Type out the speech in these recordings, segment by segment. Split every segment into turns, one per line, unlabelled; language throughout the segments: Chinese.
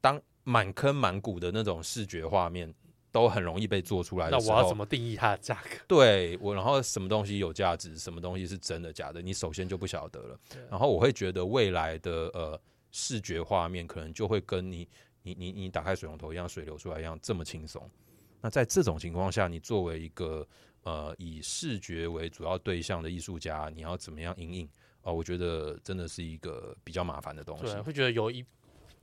当满坑满谷的那种视觉画面都很容易被做出来
那
的时
我
候，
要怎么定义它的价格？
对我，然后什么东西有价值，什么东西是真的假的，你首先就不晓得了。
啊
然后我会觉得未来的呃视觉画面可能就会跟你你你你打开水龙头一样，水流出来一样这么轻松。那在这种情况下，你作为一个呃以视觉为主要对象的艺术家，你要怎么样应应？哦、我觉得真的是一个比较麻烦的东西
对，。会觉得有一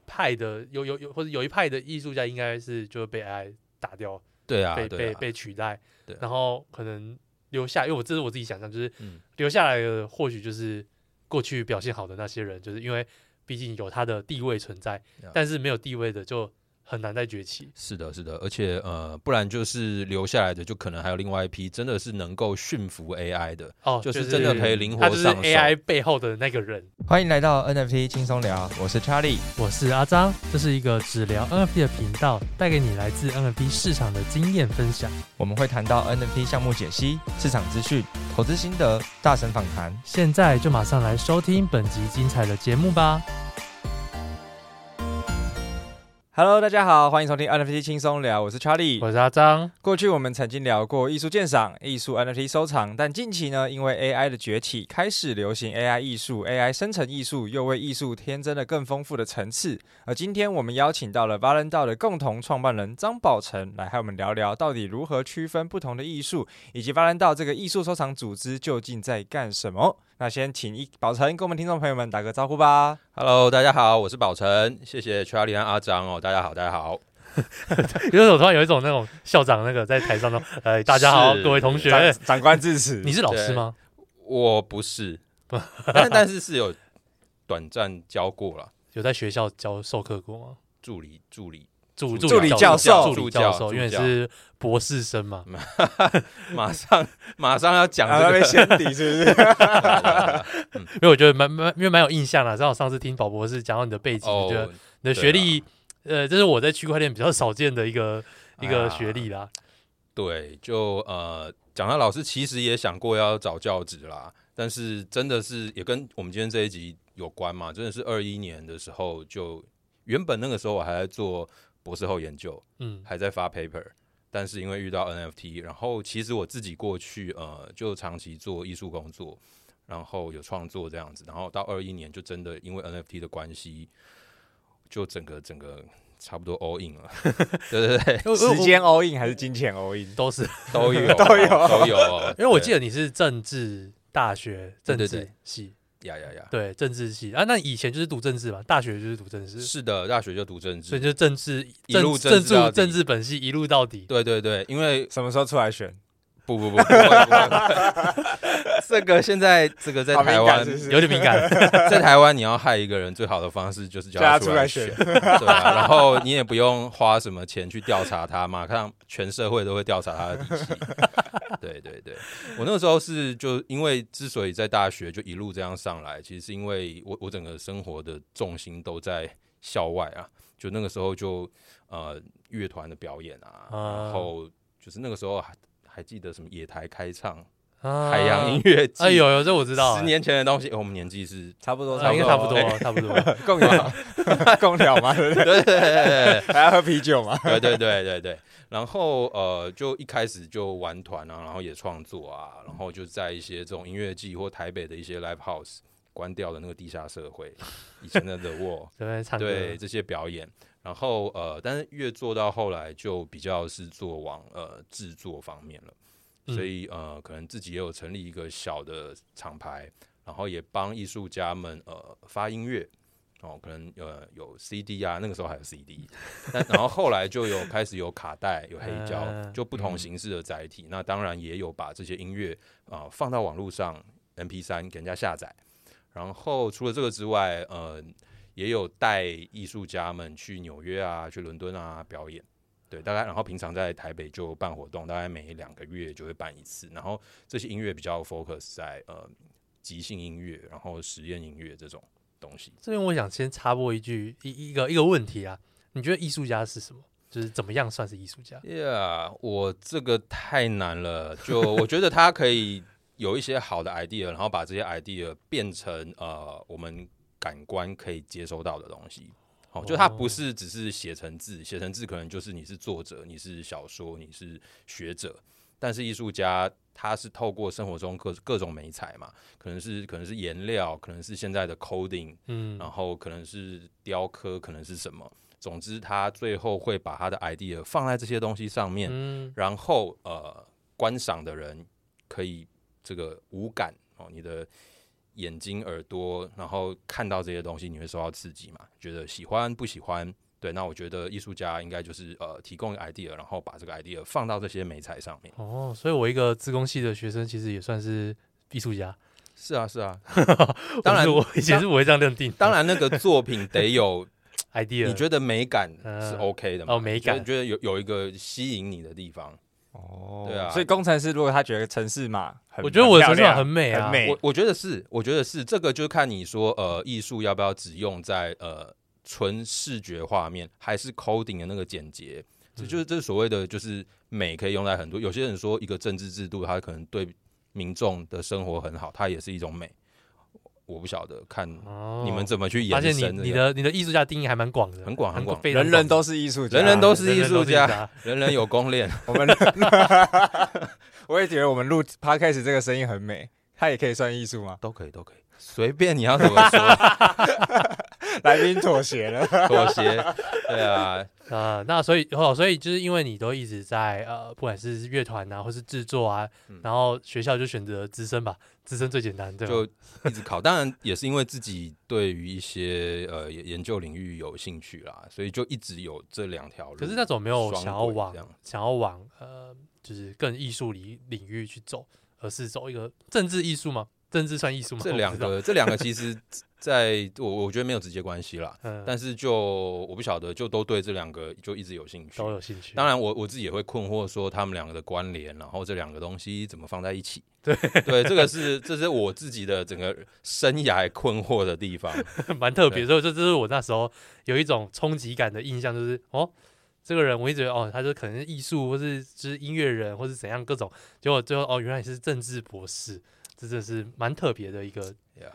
派的有有有，或者有一派的艺术家应该是就被 AI 打掉，
对啊，
被
对
被
啊，
被取代
对啊，
然后可能留下，因为我这是我自己想象，就是
嗯
留下来的或许就是过去表现好的那些人，就是因为毕竟有他的地位存在
Yeah，
但是没有地位的就很难再崛起。
是的，是的，而且呃，不然就是留下来的，就可能还有另外一批真的是能够驯服 AI 的，
哦，
就是是真的可以灵活
他就是
上手
AI 背后的那个人。
欢迎来到 NFT 轻松聊，我是 Charlie。
我是阿张，这是一个只聊 NFT 的频道，带给你来自 NFT 市场的经验分享。
我们会谈到 NFT 项目解析、市场资讯、投资心得、大神访谈。
现在就马上来收听本集精彩的节目吧。
Hello，大家好，欢迎收听 NFT 轻松聊，我是 Charlie。
我是阿张，
过去我们曾经聊过艺术鉴赏、艺术 NFT 收藏，但近期呢，因为 AI 的崛起，开始流行 AI 艺术、AI 生成艺术，又为艺术添增了更丰富的层次。而今天我们邀请到了 v a l e n t i 的共同创办人张宝成来和我们聊聊，到底如何区分不同的艺术，以及 v a l e n t i 这个艺术收藏组织究竟在干什么。那先请一宝成跟我们听众朋友们打个招呼吧。
Hello，大家好，我是宝成，谢谢 Charlie 和阿张哦，大家好，大家好，
有一种突然有一种那种校长那个在台上的，呃，大家好，
是
各位同学，
长长官致辞，
你是老师吗？
我不是，但但是是有短暂教过了，
有在学校教授课过吗？
助理助理，
助
助
理
教
教授
助理
助教
授，
助
因为你
教
是博士生嘛。
马上马上要讲
然
这
后啊被
个，
先底是不是？
因为我觉得蛮蛮，因为蛮有印象啦。正好上次听宝博士讲到你的背景， 我觉得
哦，
你
对
的学
啊
历，呃，这是我在区块链比较少见的一个一个学历啦。
对，就呃，讲到老师其实也想过要找教职啦，但是真的是也跟我们今天这一集有关嘛，真的是二一年的时候就原本那个时候我还在做博士后研究，
嗯，
还在发 paper，但是因为遇到 NFT，然后其实我自己过去呃就长期做艺术工作，然后有创作这样子，然后到二一年就真的因为 NFT 的关系，就整个整个差不多 all in 了， 对对对，
时间哦 all in 还是金钱 all in？
都是，
都有
都有
都有，
因为我记
得
得你是政治大学政
对对
治
对
系，
呀呀呀，
对政治系啊，那以前就是读政治嘛，大学就是读政治，
是的，大学就读政
所以
治，
就政治
一路
政
政治到底
治政治本系一路到底。
对对对，因为
什么时候出来选？
不不不， 不会不会不会这个现在这个在
好敏
台
感
湾
是不是
有点敏感，
在台湾，你要害一个人，最好的方式就是叫
叫他
他
出
出
来
来
选
选，对吧、然后你也不用花什么钱去调查他，马上全社会都会调查他的 底细。对对对，我那个时候是就因为之所以在大学就一路这样上来，其实是因为我我整个生活的重心都在校外啊，就那个时候就呃乐团的表演啊，
啊
然后就是那个时候还还记得什么野台开唱、
啊
海洋音乐季，
哎呦呦，这我知道，
十年前的东西，哎我们年纪是
差不多
啊应该差不多
哎
差不多。
共聊，共聊嘛，对不对？
对对对
还要喝啤酒嘛？
对对对对对对。然后呃，就一开始就玩团啊，然后也创作啊，然后就在一些这种音乐季或台北的一些 live house 关掉的那个地下社会，以前的 The Wall，
在那边唱歌，
对这些表演。然后呃，但是越做到后来就比较是做往呃制作方面了，
嗯
所以呃，可能自己也有成立一个小的厂牌，然后也帮艺术家们呃发音乐。哦，可能呃有 CD 啊，那个时候还有 CD，但然后后来就有开始有卡带、有黑胶，
嗯
就不同形式的载体。那当然也有把这些音乐啊、呃放到网络上 MP 三给人家下载。然后除了这个之外，呃，也有带艺术家们去纽约啊、去伦敦啊表演。对，大概然后平常在台北就办活动，大概每两个月就会办一次。然后这些音乐比较 focus 在呃即兴音乐，然后实验音乐这种东西。
这边我想先插播一句一一个一个问题啊，你觉得艺术家是什么？就是怎么样算是艺术家？
Yeah，我这个太难了，就我觉得他可以有一些好的 idea，然后把这些 idea 变成呃我们感官可以接收到的东西。哦，就它
哦
不是只是写成字，写成字可能就是你是作者，你是小说，你是学者，但是艺术家他是透过生活中各各种美材嘛，可能是可能是颜料，可能是现在的 coding，
嗯，
然后可能是雕刻，可能是什么，总之他最后会把他的 idea 放在这些东西上面，
嗯，
然后呃，观赏的人可以这个无感哦，你的眼睛、耳朵，然后看到这些东西，你会受到刺激嘛？觉得喜欢不喜欢？对，那我觉得艺术家应该就是呃，提供一个 idea，然后把这个 idea 放到这些美材上面。
哦，所以我一个自工系的学生，其实也算是艺术家。
是啊，是 啊，当然
我是我以前是不会这样认定的。
当然那个作品得有，
idea，
你觉得美感是
嗯
OK 的嘛？
哦美感
你觉得有有一个吸引你的地方。
哦，
对啊
所以工程师如果他觉得城市码很，
我觉得我的城市码
漂亮
很美啊
很美
我我觉得是，我觉得是这个，就看你说呃，艺术要不要只用在呃纯视觉画面，还是 coding 的那个简洁。
嗯
这就是这是所谓的就是美可以用在很多。有些人说一个政治制度，它可能对民众的生活很好，它也是一种美。我不晓得，看
哦
你们怎么去
发
延
现
伸、
你
这
你
个
的你的艺术家定义还蛮广的，
很广很广
非常
人人都是艺术家，
人人都
广
是
人人
艺术家
家。
人人有功 练，
我们，我也觉得我们录 podcast 这个声音很美，它也可以算艺术吗？
都可以都可以，随便你要 怎么说
来宾妥协了，
妥协，对啊，
啊，那所以哦，所以就是因为你都一直在呃，不管是乐团啊，或是制作啊，
嗯
然后学校就选择资深吧，资深最简单， 对吧？啊
就一直考。当然也是因为自己对于一些呃研研究领域有兴趣啦，所以就一直有这两条路。
可是那种没有
双
想要
轨
往
这样
想要往呃，就是更艺术领领域去走，而是走一个政治艺术吗？政治算艺术吗？
这
我不
两
知道，
个，这两个其实在我我觉得没有直接关系啦，
嗯，
但是就我不晓得，就都对这两个就一直有兴趣。
都有兴趣。
当然我，我自己也会困惑，说他们两个的关联，然后这两个东西怎么放在一起？对对，这个是这是我自己的整个生涯困惑的地方。
蛮特
对
别，所以这这是我那时候有一种冲击感的印象，就是哦，这个人我一直觉得哦，他就可能是艺术或是就是音乐人或是怎样各种，结果最后哦，原来你是政治博士，这真的是蛮特别的一个。
呀，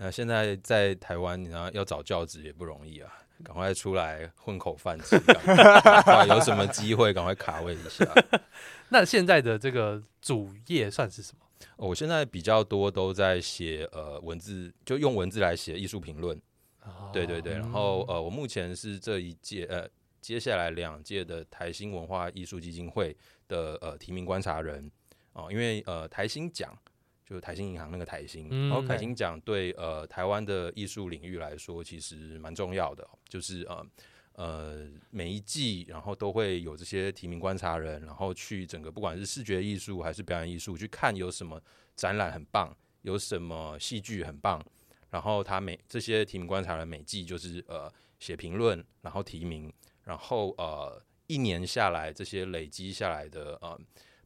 那现在在台湾，你要要找教职也不容易啊，赶快出来混口饭吃，赶赶快 有什么机会赶快卡位一下。
那现在的这个主业算是什么？
哦我现在比较多都在写呃文字，就用文字来写艺术评论，
哦
对对对。然后呃，我目前是这一届呃接下来两届的台新文化艺术基金会的呃提名观察人哦、因为呃台新奖就是台新银行那个台新，哦
嗯
OK
台新奖对呃台湾的艺术领域来说，其实蛮重要的哦、就是呃呃每一季，然后都会有这些提名观察人，然后去整个不管是视觉艺术还是表演艺术，去看有什么展览很棒，有什么戏剧很棒，然后他每这些提名观察人每季就是呃写评论，然后提名，然后呃一年下来这些累积下来的呃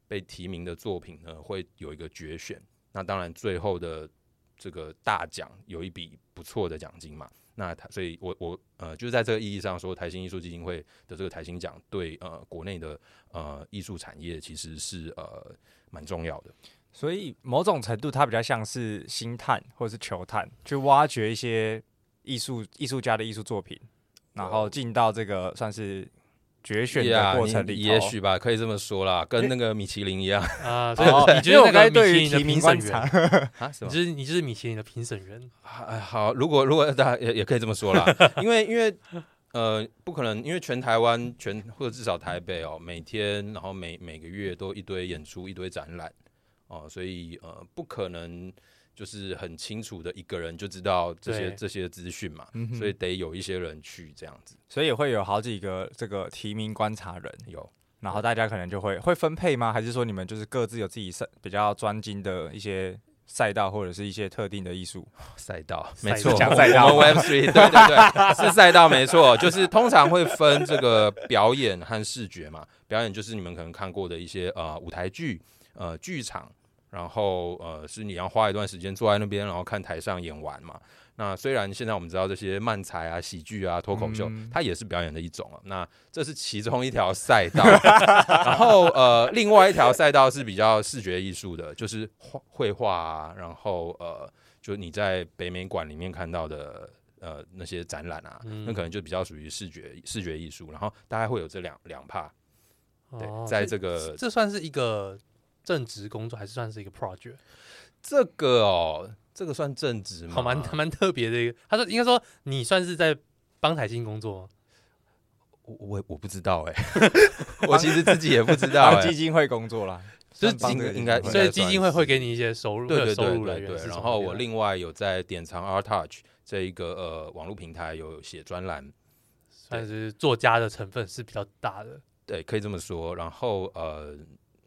被提名的作品呢，会有一个决选。那当然，最后的这个大奖有一笔不错的奖金嘛。那他，所以我我呃，就是在这个意义上说，台新艺术基金会的这个台新奖对呃国内的呃艺术产业其实是呃蛮重要的。
所以某种程度它比较像是星探或者是球探，去挖掘一些艺术艺术家的艺术作品，然后进到这个算是决选的
Yeah，
过程
你
里头。
也许吧，可以这么说啦，跟那个米其林一样
啊，所以
哦，
你就
因为
是
我刚
那
才
个
对
米
于
其林的
提名
评审
观察
员，，
啊，什
你
么？
就是你就是米其林的评审员，
哎，好，如果如果大家也也可以这么说 啦，因为因为呃，不可能，因为全台湾全或者至少台北哦，每天然后每每个月都一堆演出，一堆展览哦，所以呃，不可能就是很清楚的一个人就知道这些
对
这些资讯嘛，
嗯哼
所以得有一些人去这样子
所以也会有好几个这个提名观察人，
有。
然后大家可能就会会分配吗？还是说你们就是各自有自己赛比较专精的一些赛道，或者是一些特定的艺术？
赛道，
赛
没
道
错，
讲赛道
我 们 Web Three，对对对，是赛道，没错，就是通常会分这个表演和视觉嘛。表演就是你们可能看过的一些呃舞台剧、呃剧场，然后呃是你要花一段时间坐在那边，然后看台上演完嘛。那虽然现在我们知道这些漫才啊、喜剧啊、脱口秀，
嗯
它也是表演的一种啊。那这是其中一条赛道， 然后呃，另外一条赛道是比较视觉艺术的，就是画绘画啊，然后呃，就你在北美馆里面看到的呃那些展览啊，
嗯
那可能就比较属于视觉视觉艺术，然后大概会有这两两帕，对，
哦
在这
所以
个
这算是一个正职工作，还是算是一个 project？
这个哦，这个算正职吗？啊
好蛮蛮特别的一个。他说应该说你算是在帮台新工作吗，
我我我不知道 哎、我其实自己也不知道、哎
帮基金会工作啦，
就是
算帮
基
这个
应该
基金会
所
算
以基金会
是
会给你一些收入，
对
会有
对
收
对
入来
对
源
对
是。从
然
那
后
边
我
来
另外有在典藏 R Touch 这一个呃网络平台有写专栏，
算是作家的成分是比较大的。
对，可以这么说。然后呃，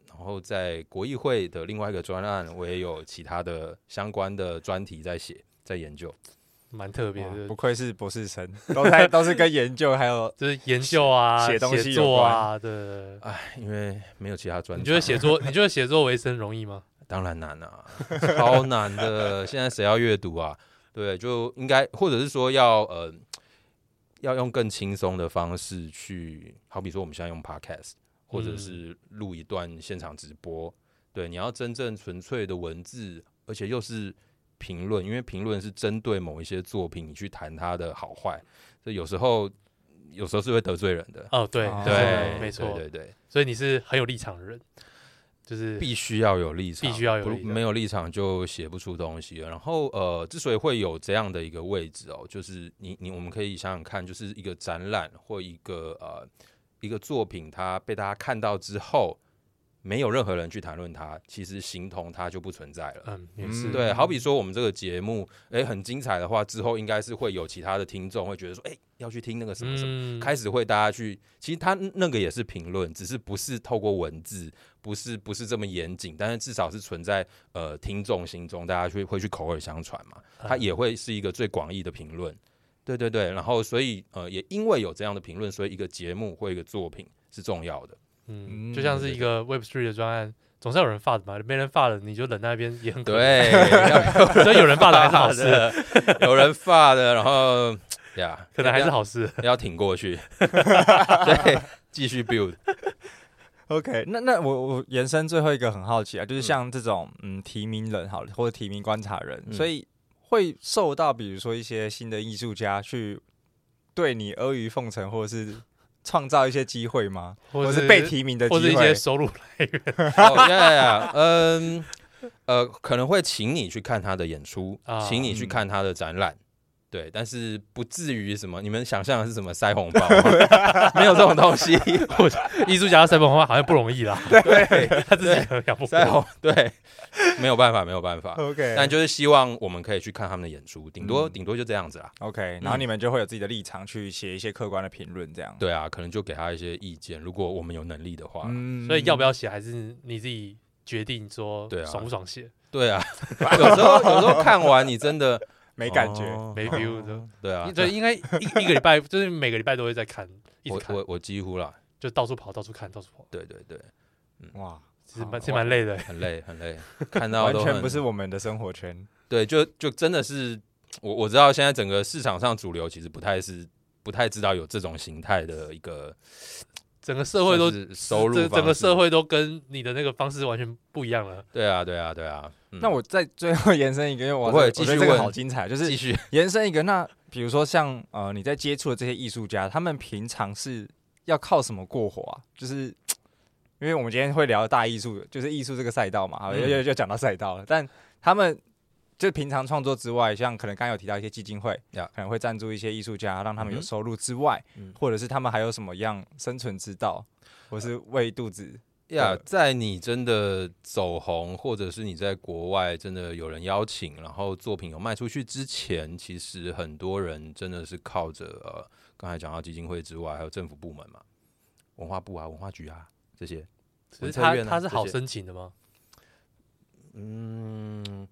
然后在国议会的另外一个专案，我也有其他的相关的专题在写，在研究。
蛮特别
哇
的，
啊不愧是博士生，都在都是跟研究还 有
就是研究啊、
写东西
写
有
作啊，对对。对
唉，因为没有其他专，
你觉得写作，你觉得写作为生容易吗？
当然难啊， 超难的。现在谁要阅读啊？对，就应该，或者是说要呃，要用更轻松的方式去，好比说我们现在用 podcast，或者是录一段现场直播。对，你要真正纯粹的文字，而且又是评论，因为评论是针对某一些作品，你去谈它的好坏，所以有时候有时候是会得罪人的。
哦，对
哦
对，
没错，
对对对。
所以你是很有立场的人，就是
必须要有立场，
必须要有
不
立场
没有立场就写不出东西了。然后呃，之所以会有这样的一个位置哦，就是你你我们可以想想看，就是一个展览或一个呃一个作品，它被大家看到之后，没有任何人去谈论它，其实形同它就不存在了。
嗯，也是
嗯
对，好比说我们这个节目，诶，很精彩的话，之后应该是会有其他的听众会觉得说，诶，要去听那个什么什么。
嗯
开始会大家去，其实他那个也是评论，只是不是透过文字，不是不是这么严谨，但是至少是存在呃听众心中，大家去会去口耳相传嘛，
嗯
它也会是一个最广义的评论，对对对，然后所以呃也因为有这样的评论，所以一个节目或一个作品是重要的，
嗯，
嗯
就像是一个 Web Three 的专案，总是要有人发的嘛，没人发了你就冷在那边也很可
对，
怜，所以有嗯人发的还是好事，
的， 有人发的，然后呀，
可能还是
要
好事。
要挺过 去，对，继续 build，
OK，那那我我延伸最后一个很好奇啊，就是像这种嗯提名人好了，或者提名观察人，
嗯
所以会受到比如说一些新的艺术家去对你阿谀奉承，或者是创造一些机会吗？
或
或
者
是被提名的机
或者一
会
些？收入 来源
哦呀呀，嗯，呃，可能会请你去看他的演出，
啊
请你去
嗯
看他的展览，对，但是不至于什么，你们想象的是什么塞红 包吗？没有这种东西，
艺术家塞本话好像不容易啦，
对，
他自己可能 养不
塞
活。
红对，没有办法，没有办法。
OK，
嗯
但就是希望我们可以去看他们的演出，顶多
嗯
顶多就这样子啦。
OK，然后你们就会有自己的立场去写一些客观的评论，这样。
对啊，可能就给他一些意见，如果我们有能力的话。
嗯
所以要不要写还是你自己决定说
对啊
爽不爽 写，
对 啊，有时候有时候看完你真的
没感觉？
哦
没 view 的。
对 啊，
对，应该一一个礼拜 就是每个礼拜都会在看，一直
我
看，
我我几乎啦，
就到处跑，到处看，到处跑，
对对对，
哇，
其
啊
实
好
蛮其实蛮累的。
很累 很累，看到
完
都
全
很
不是我们的生活圈。
嗯
对，就就真的是我我知道现在整个市场上主流其实不太是不太知道有这种形态的一个
整个社会都
算是收入
整整
方
个
式
社会都跟你的那个方式完全不一样了。
对啊对啊对啊，嗯
那我再最后延伸一个，因为我
不会
我
继
觉得
续
这个
问
好精彩，就是
继续
延伸一个，那比如说像呃，你在接触的这些艺术家，他们平常是要靠什么过活啊？就是嘖因为我们今天会聊大艺术，就是艺术这个赛道嘛，好，
嗯
又又又讲到赛道了。但他们就平常创作之外，像可能刚刚有提到一些基金会
呀
可能会赞助一些艺术家，让他们有
嗯哼
收入之外，
嗯
或者是他们还有什么样生存之道，或是喂肚 子。
呀
对，
在你真的走红，或者是你在国外真的有人邀请，然后作品有卖出去之前，其实很多人真的是靠着呃，刚才讲到基金会之外，还有政府部门嘛，文化部啊、文化局啊这些，
只是
文策
他
院啊
他是好
这些
申请的吗？
嗯，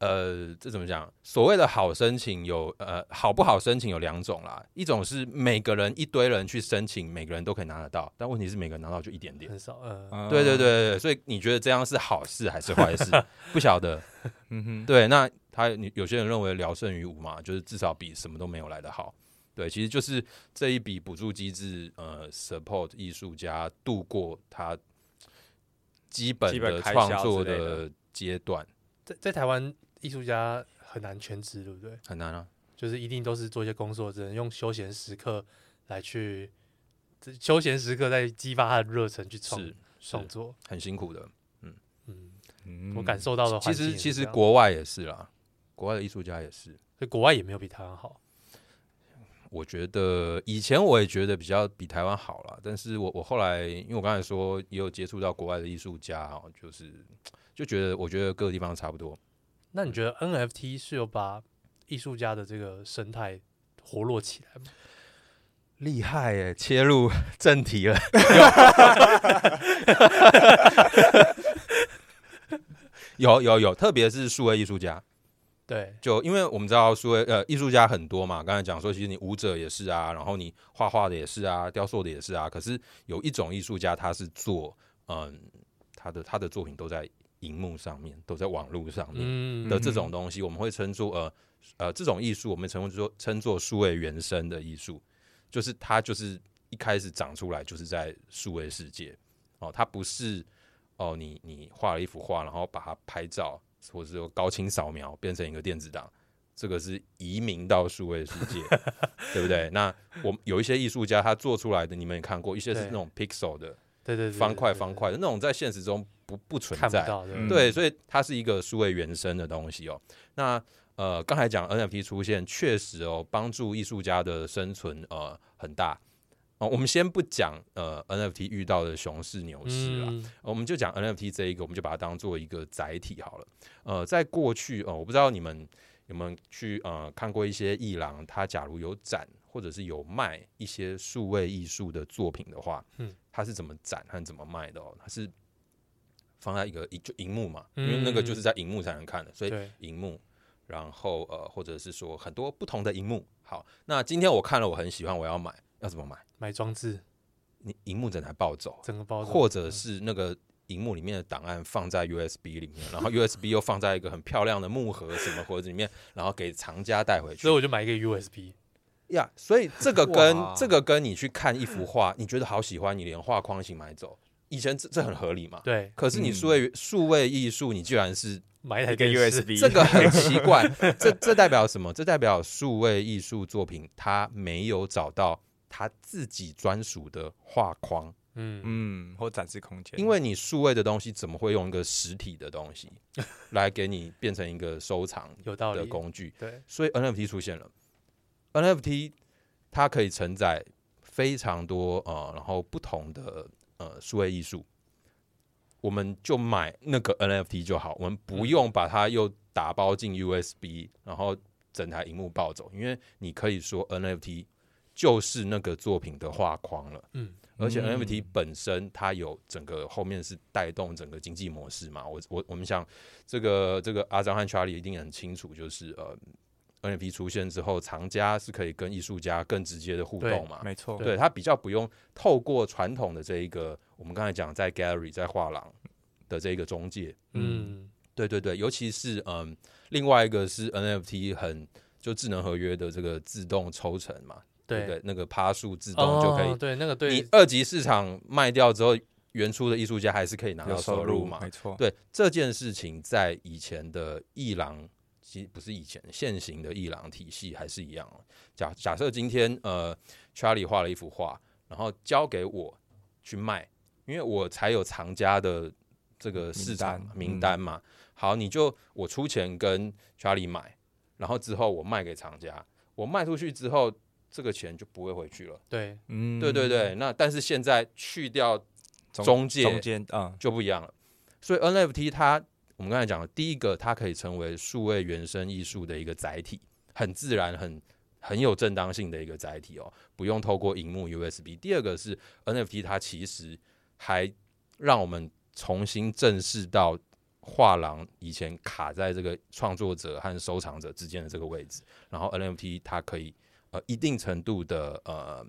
呃，这怎么讲？所谓的好申请有呃好不好申请有两种啦，一种是每个人一堆人去申请，每个人都可以拿得到，但问题是每个人拿到就一点点。
很少，嗯，
嗯
对对对，对，对所以你觉得这样是好事还是 坏事？不晓得。
嗯哼，
对，那他你有些人认为聊胜于无嘛，就是至少比什么都没有来的好。对，其实就是这一笔补助机制，呃，support 艺术家度过他基本
基本
的
开
创
销
作
之类的
的阶段，
在在台湾艺术家很难全职，对不对？
很难啊。
就是一定都是做一些工作，只能用休闲时刻来去这休闲时刻再激发他的热忱去创
是
创
是
作。
很辛苦的。
嗯，
嗯
我感受到的
其
环境也
实
是
其
这
实
样
国外也是啦，国外的艺术家也是。
所以国外也没有比台湾好。
我觉得以前我也觉得比较比台湾好啦，但是我我后来因为我刚才说也有接触到国外的艺术家哦，就是就觉得我觉得各个地方差不多。
那
嗯
你觉得 NFT 是有把艺术家的这个生态活络起来吗？
厉害耶！切入正题了。有有有有，特别是数位艺术家，
对，
就因为我们知道数位呃艺术家很多嘛，刚才讲说，其实你舞者也是啊，然后你画画的也是啊，雕塑的也是啊。可是有一种艺术家，他是做嗯，他的他的作品都在荧幕上面，都在网络上面。
嗯，
的这种东西，我们会称作呃呃这种艺术，我们称作称作数位原生的艺术，就是它就是一开始长出来就是在数位世界哦，它不是哦你你画了一幅画，然后把它拍照或者是用高清扫描变成一个电子档。这个是移民到数位世 界，对不对？那我们有一些艺术家他做出来的，你们也看过，一些是
对
那种 pixel 的
对对对
方块
对对
方块的那种，在现实中不不存
看不
在，
到的，
嗯
对，所以它是一个数位原生的东西哦。那呃，刚才讲 NFT 出现，确实哦，帮助艺术家的生存呃很大。哦，我们先不讲呃 NFT 遇到的熊市牛市啦，
嗯
我们就讲 NFT 这一个，我们就把它当做一个载体好了。呃，在过去呃，我不知道你们有没有去呃看过一些艺廊，它假如有展或者是有卖一些数位艺术的作品的话，
嗯，
它是怎么展和怎么卖的哦？它是放在一个一就荧幕嘛，因
嗯
为那个就是在荧幕才能看的，所以
对，
荧幕，然后呃，或者是说很多不同的荧幕。好，那今天我看了，我很喜欢，我要买，要怎么买？
买装置
你荧幕整台暴走，
整个包装，
或者是那个荧幕里面的档案放在 USB 里面，然后 USB 又放在一个很漂亮的木盒什么盒子里面，然后给藏家带回去
所以。我就买一个 USB，
呀所以这个跟
哇
这个跟你去看一幅画，你觉得好喜欢，你连画框型买走，以前这这很合理嘛？。
对，
可是你数位数位艺术，你居然是
买一台
一个
电视
USB，
这 个很奇怪，这这代表什么？这代表数位艺术作品它没有找到它自己专属的画框。
嗯，
嗯，或展示空间，
因为你数位的东西怎么会用一个实体的东 西来给你变成一个收藏
有道
的
理，
工具？
对，
所以 NFT 出现了，NFT 它可以承载非常多呃，然后不同的呃数位艺术，我们就买那个 NFT 就好，我们
嗯
不用把它又打包进 USB，然后整台荧幕抱走，因为你可以说 NFT 就是那个作品的画框了。
嗯，
而且
嗯
NFT 本身它有整个后面是带动整个经济模式嘛。我我我们想这个这个阿张和 Charlie 一定很清楚，就是呃 NFT 出现之后，藏家是可以跟艺术家更直接的互动嘛。
没错，
对，他比较不用透过传统的这一个，我们刚才讲在 gallery 在画廊的这一个中介，
嗯，
对对对，尤其是嗯，另外一个是 NFT 很就智能合约的这个自动抽成嘛，对不
对，
对？那个趴数自动就可以
哦对，那个
你
对，
二级市场卖掉之后，原初的艺术家还是可以拿
有
到收入嘛？
没错，
对这件事情，在以前的艺廊，其实不是以前现行的艺廊体系还是一样、哦。假假设今天呃，Charlie 画了一幅画，然后交给我去卖，因为我才有藏家的这个市场
名单
名单嘛。好，你就我出钱跟 Charlie 买，然后之后我卖给藏家，我卖出去之后，这个钱就不会回去了。
对，
嗯
对对，对，那但是现在去掉中介
中间啊，
就不一样了。所以 NFT 它，我们刚才讲了，第一个它可以成为数位原生艺术的一个载体，很自然、很很有正当性的一个载体哦，不用透过荧幕 USB。第二个是 NFT，它其实还让我们重新正视到画廊以前卡在这个创作者和收藏者之间的这个位置，然后 NFT 它可以呃一定程度的呃。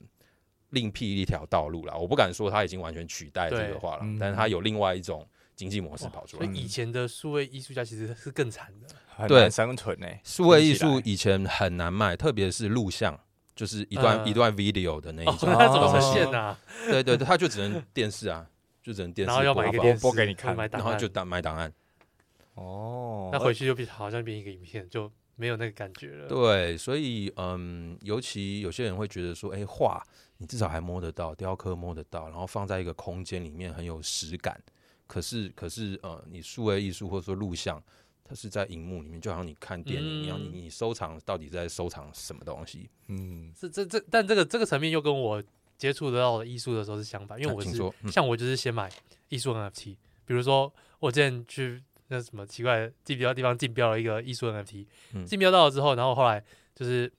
另辟一条道路啦，我不敢说它已经完全取代这
对
个画廊，
嗯
但是它有另外一种经济模式
哇
跑出
所
来。
以以前的数位艺术家其实是更惨的，
很
对
难生存呢，
数位艺
听起
术
来
以前很难卖，特别是录像，就是一段、
嗯
一段 video 的那一
哦，
种。
那怎么呈现呢？
对对对，它就只能电视啊，就只能电视
然
播放，
后要买一个
播
电视，
播给你看
买档
然
案，
后就档买档案。
哦
那回去就变好像变一个影片，就没有那个感觉了。
对，所以嗯，尤其有些人会觉得说，哎，画你至少还摸得到，雕刻摸得到，然后放在一个空间里面很有实感。可是，可是，呃，你数位艺术或者说录像，它是在荧幕里面，就好像你看电影一样，
嗯
你你收藏到底在收藏什么东西？
嗯，
这这这，但这个这个层面又跟我接触得到的艺术的时候是相反，因为
啊
我
请
是、
说嗯
像我就是先买艺术 NFT，比如说我之前去那什么奇怪的地标地方竞标了一个艺术 NFT，、
嗯
竞标到了之后，然后后来就是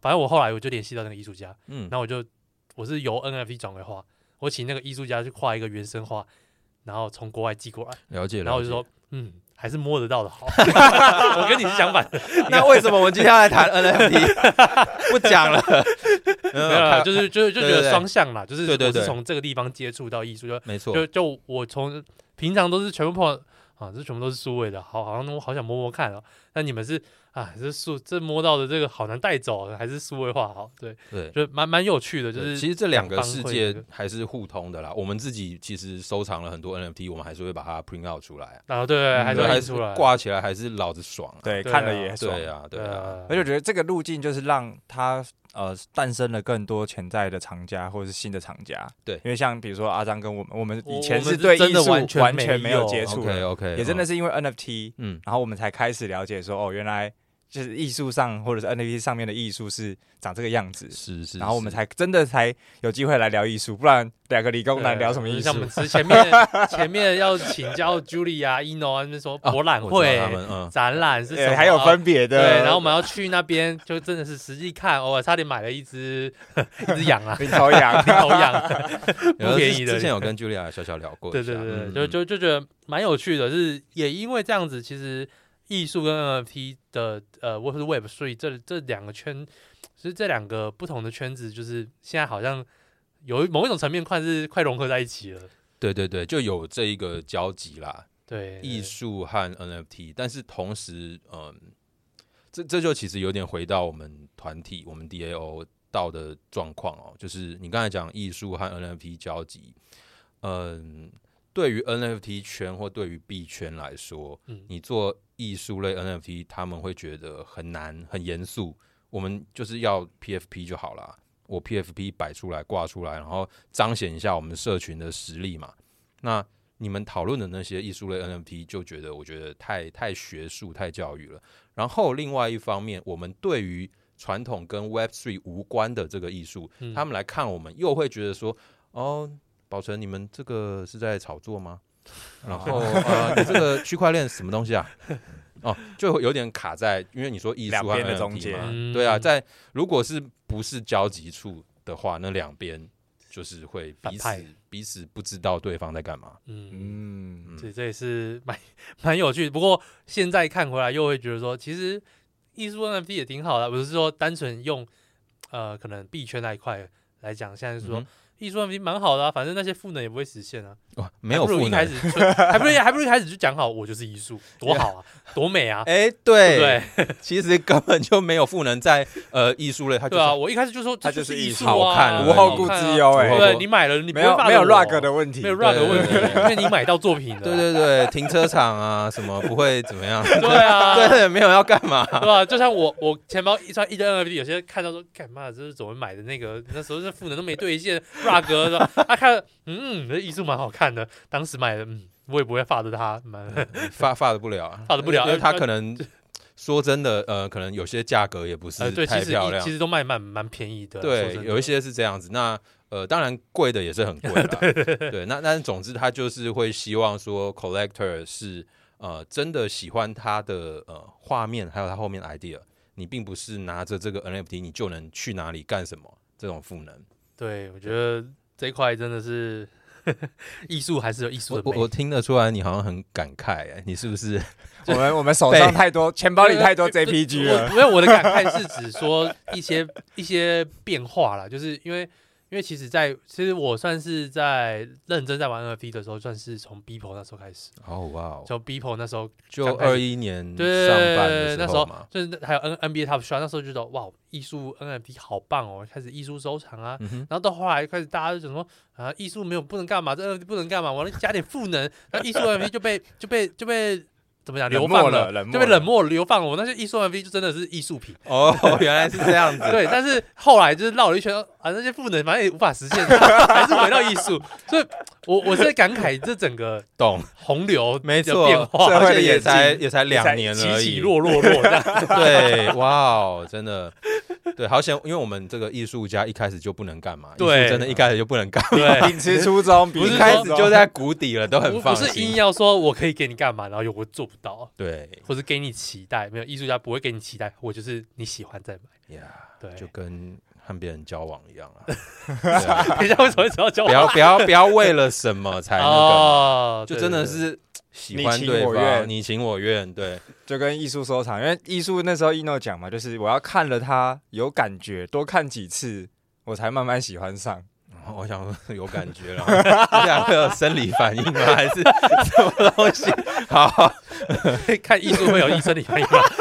反正我后来我就联系到那个艺术家，
嗯
然，后我就我是由 NFT 转为画，我请那个艺术家去画一个原生画，然后从国外寄过来，
了解。
然后我
了
就
解
说，嗯，还是摸得 到的好，我跟你是相反的。
那为什么我们今天要 来谈 NFT？不讲了，
没有
没有
没有
啦，啊就是就是就觉
嗯对对
得
对
双向啦，就是
对对
我是
对
从这个地方接触到艺术，就
没错，
就就我从平常都是全部碰到啊，这全部都是数位的，好，好像我好想摸摸看哦。那你们是啊，这数这摸到的这个好难带走，啊还是数位化好？对，
对。
就蛮蛮有趣的，就
对
是
其实这两个
两方
世
会有一
界
个
还是互通的啦。我们自己其实收藏了很多 NFT，我们还是会把它 print out 出来啊，
啊，对对，还
对
是会
还
印
是
出来，
挂起来，还是老子爽啊！
对，
对啊
看了也爽。
对啊，对啊，
呃，
而且我觉得这个路径就是让它呃诞生了更多潜在的厂家或者是新的厂家。
对
因为像比如说阿张跟我们，我们
我
以前
我们是
对
真
艺
的
术
完全
完
没
全没有
有
接触的
OK OK，
也真的是因为 NFT，
嗯，
然后我们才开始了解说，哦，原来就是艺术上或者是 NFT 上面的艺术是长这个样子
嗯，是是，
然后我们
是
才真的才有机会来聊艺术，不然两个理工男
对啊
聊什么艺术
像我？们之前面 前面要请教 Julia、Ino 他们说博览
我知
哦会
道、他们 嗯，
展览是什
对，
么，
哎
啊
还有分别的。
对，然后我们要去那边，就真的是实际看，偶尔差点买了一只 一只 羊啊，
领头 羊，
头羊，
有
不便宜
之
的。
之前有跟 Julia 小小聊过
对
一下，
对对对，
嗯
就
嗯
就就觉得蛮有趣的，是也因为这样子，其实艺术跟 NFT 的呃 Web 是 Web，所以这这两个圈，其实这两个不同的圈子，就是现在好像有某一种层面快是快融合在一起了。
对对对，就有这一个交集啦，
对，
艺术和 NFT，但是同时，嗯，这这就其实有点回到我们团体，我们 DAO 到的状况哦，就是你刚才讲艺术和 NFT 交集，嗯，对于 NFT 圈或对于币圈来说，
嗯
你做艺术类 NFT，他们会觉得很难、很严肃，我们就是要 PFP 就好啦，我 PFP 摆出来、挂出来，然后彰显一下我们社群的实力嘛。那你们讨论的那些艺术类 NFT，就觉得我觉得太太学术、太教育了。然后另外一方面，我们对于传统跟 Web Three 无关的这个艺术，
嗯
他们来看我们，又会觉得说，哦，宝成，你们这个是在炒作吗？
嗯
然后 呃，你这个区块链是什么东西啊？哦，就会有点卡在，因为你说艺术
两
和
边的
NFT
中间
嘛
嗯
对啊，在如果是不是交集处的话，那两边就是会
反
彼
派
此彼此不知道对方在干嘛。
嗯。
嗯，
所以这也是蛮 蛮有趣。不过现在看回来，又会觉得说，其实艺术 NFT 也挺好的，不是说单纯用呃可能币圈那一块来讲，现在是说
嗯
艺术 NFT 蛮好的啊，反正那些赋能也不会实现啊，
哼哇，没有
还不如
赋
一开
能，
始就还不如还不如一开始就讲好，我就是艺术，多好啊，多美啊，
哎、
对不
对
对？
其实根本就没有赋能在呃艺术类，它就
对
是
啊，我一开始就说
它
这
就是是
艺
艺
术
术
好看
啊，
而
无后
已
顾之
忧。
忧哎，
无后
对
顾
你买了，你不
没
会
有
骂
没有
我
rug 的问题，
哦没有 rug 的问题，
对对对
因为你买到作品了。
对对 对，停车场啊什么不会怎么样，
对啊，
对对，没有要干嘛，
对啊吧、就像我，我钱包一穿一堆 NFT，有些人看到说，干嘛这是怎么买的那个？ 那时候这赋能都没兑现，rug 的， 他看了，嗯，这艺术蛮好看的，当时买的，嗯，我也不会发的他，
嗯
蛮
发发的不了啊，
发得不了
因为它
呃
可能说真的，呃，可能有些价格也不是
呃，对，其
太
实
漂
一
亮
其，实都卖蛮蛮便宜的，说
对
真，的
有一些是这样子。那呃，当然贵的也是很贵啦。 对那那总之他就是会希望说，collector 是呃真的喜欢他的呃画面，还有他后面 idea。你并不是拿着这个 NFT 你就能去哪里干什么这种赋能。
对，我觉得这一块真的是 艺术还是有艺术
我
的
我
美，
我听得出来你好像很感慨、哎，你是不是？
我们我们手上
被
太多，钱包里太多
对
JPG
我
了。
没有我的感慨是指说一些一些变化啦，就是因为因为其实在，其实我算是在认真在玩 NFT 的时候，算是从 Beeple 那时候开始，
哦哇哦，
从 Beeple 那时候
就
刚开始
二一年上
对
半的
那时
候
候
嘛，
就是那还有 N NBA Top Shot，那时候就觉得哇，艺术 NFT 好棒哦，开始艺术收藏啊。
嗯哼，
然后到后来开始大家就想说啊，艺术没有不能干嘛，这 NFT 不能干嘛，我要加点赋能，然后艺术 NFT 就被就被就被怎么讲
冷
流
漠
放
了
了，
冷漠
就被
了
冷漠流放了。我那些艺术 MV 就真的是艺术品，
哦，原来是这样子。
对。但是后来就是绕了一圈啊，那些赋能反正也无法实现， 还是回到艺术。所以我我是在感慨这整个
懂，
洪流
没
的
错，
变化，
而
社会
且
的
也
演进
才也才
才
两年而
起起
已，
落落落这样。
对，哇哦，真的，对，好险，因为我们这个艺术家一开始就不能干嘛，艺术
对
真的一开始就不能干嘛，
对，
秉持初衷，
不
一
是
一开
说
始就在谷底了，都很
不
放
不是硬
心。
要说我可以给你干嘛，然后有我做不到，
对
或是给你期待，没有艺术家不会给你期待，我就是你喜欢再买。
呀，
对，
就跟和别人交往一 样啊，对啊
等一下为什么会扯到交
不
往？
要不要不要为了什么才那个，
哦，
就
对
真的
对
是喜
你
欢
情
对
我
方，
愿
你情我愿，对，
就跟艺术收藏，因为艺术那时候一诺讲嘛，就是我要看了它有感觉，多看几次，我才慢慢喜欢上。
然后我想说有感觉 了，这样会有生理反应吗？还是什么东西？好，
对看艺术会有医生的反应吗？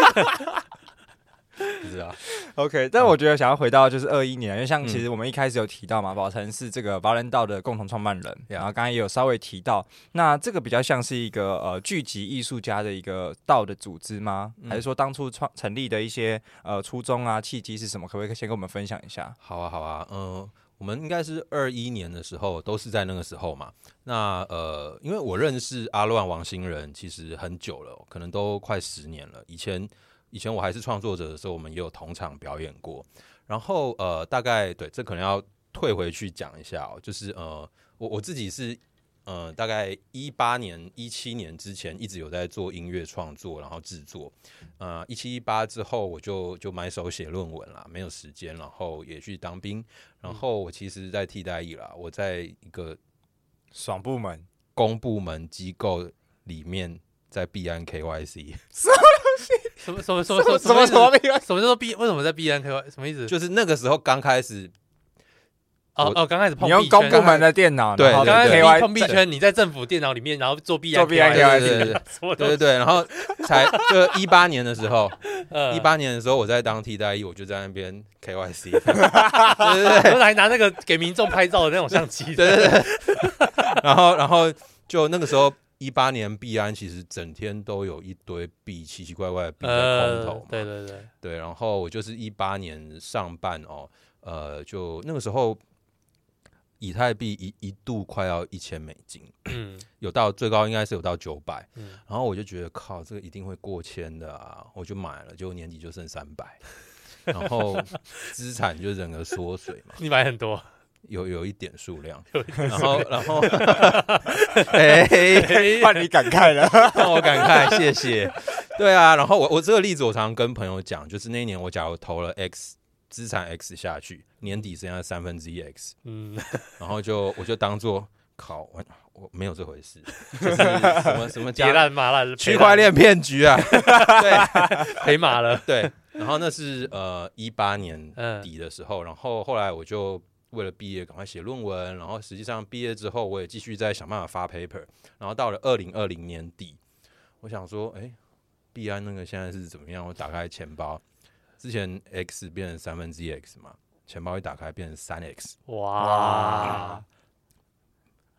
不知道，
OK，但
嗯
我觉得想要回到就是二一年，因为像
嗯
其实我们一开始有提到嘛，宝城是这个华人道的共同创办人，
Yeah
然后刚刚也有稍微提到，那这个比较像是一个呃聚集艺术家的一个道的组织吗？
嗯
还是说当初创成立的一些呃初衷啊、契机是什么？可不可以先跟我们分享一下？
好啊，好啊，嗯、我们应该是二一年的时候，都是在那个时候嘛。那呃，因为我认识阿乱王星人其实很久了，可能都快十年了。以前以前我还是创作者的时候，我们也有同场表演过。然后呃，大概对，这可能要退回去讲一下哦，就是呃，我我自己是。呃，大概一八年、一七年之前一直有在做音乐创作，然后制作。呃，一七一八之后我就就埋手写论文啦，没有时间，然后也去当兵，
嗯
然后我其实，在替代役啦，我在一个
爽部门，
公部门机构里面，在币安 KYC，
什么什么什么什
什么
么
什 么
意思什么叫做 B？为什么在 B N K？什么意思？
就是那个时候刚开 始，
哦
我
哦，刚开始碰
你用
币圈
公部门的电脑，
对
然后
刚开始
KY
碰币圈，你在政府电脑里面，然后做 B 啊
做 BN
对
KYC
对对
什么
啊对
东
对
西？
对，然后 才就一八年的时候，
呃
一八年的时候我在当替代役，我就在那边 KYC，
对对 对，还拿那个给民众拍照的那种相机，
对对对，然后然后就那个时候。一八年币安其实整天都有一堆币，奇奇怪怪的币在空
呃
投嘛，，
对对对，
对，然后我就是一八年上半哦，呃，就那个时候，以太币一一度快要一千美金，
嗯
有到最高应该是有到九百，
嗯，
然后我就觉得靠，这个一定会过千的啊，我就买了，结果年底就剩三百，然后资产就整个缩水嘛，
你买很多，
有有一点数量，
有一
然后然后， 哎、
换你感慨了。
让我感慨， 谢谢。 对啊，然后我我这个例子我常常跟朋友讲，就是那一年我假如投了 X 资产 X 下去，年底剩下三分之一 X，
嗯，
然后就我就当做靠我我没有这回事， 就是什么什么
跌
加
烂麻烂，
区块链骗局啊，对
赔麻 了，
对。然后那是呃一八年
嗯
底的时候，然后后来我就为了毕业赶快写论文，然后实际上毕业之后我也继续在想办法发 paper，然后到了二零二零年底，我想说，哎、币安那个现在是怎么样？我打开钱包，之前 x 变成三分之一 x 嘛，钱包一打开变成三 x，
哇，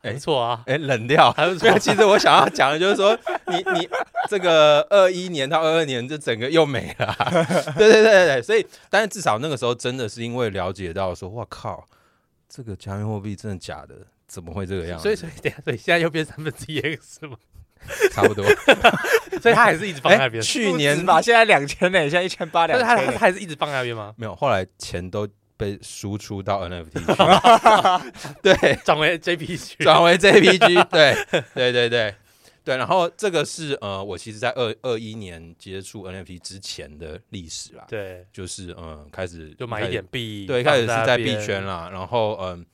哎
不错啊，
哎、冷掉。
还不
没
错
有，，其实我想要讲的就是说，你你这个二一年到二二年，这整个又没了啊、 对对对对对，所以，但是至少那个时候真的是因为了解到说，哇靠，这个加密货币真的假的？怎么会这个样子？
所以所以等一下，所以现在又变三分之一 x 嘛，
差不多。
所以他还是一
哎
直放在那边，
去
不止
年
吧，现在两千呢，现在一千八
但
两
是他
千
他
嘞。
还是一直放在那边吗？
没有，后来钱都被输出到 NFT 去， 对，
转为 JP 去，
转为 JPG，对，对对对对。然后这个是呃，我其实在二二一年接触 NFT 之前的历史啦，
对，
就是嗯、呃开始
就买一点，币，
对，一开始是
放
在
那
币
边
圈，啦，然后嗯，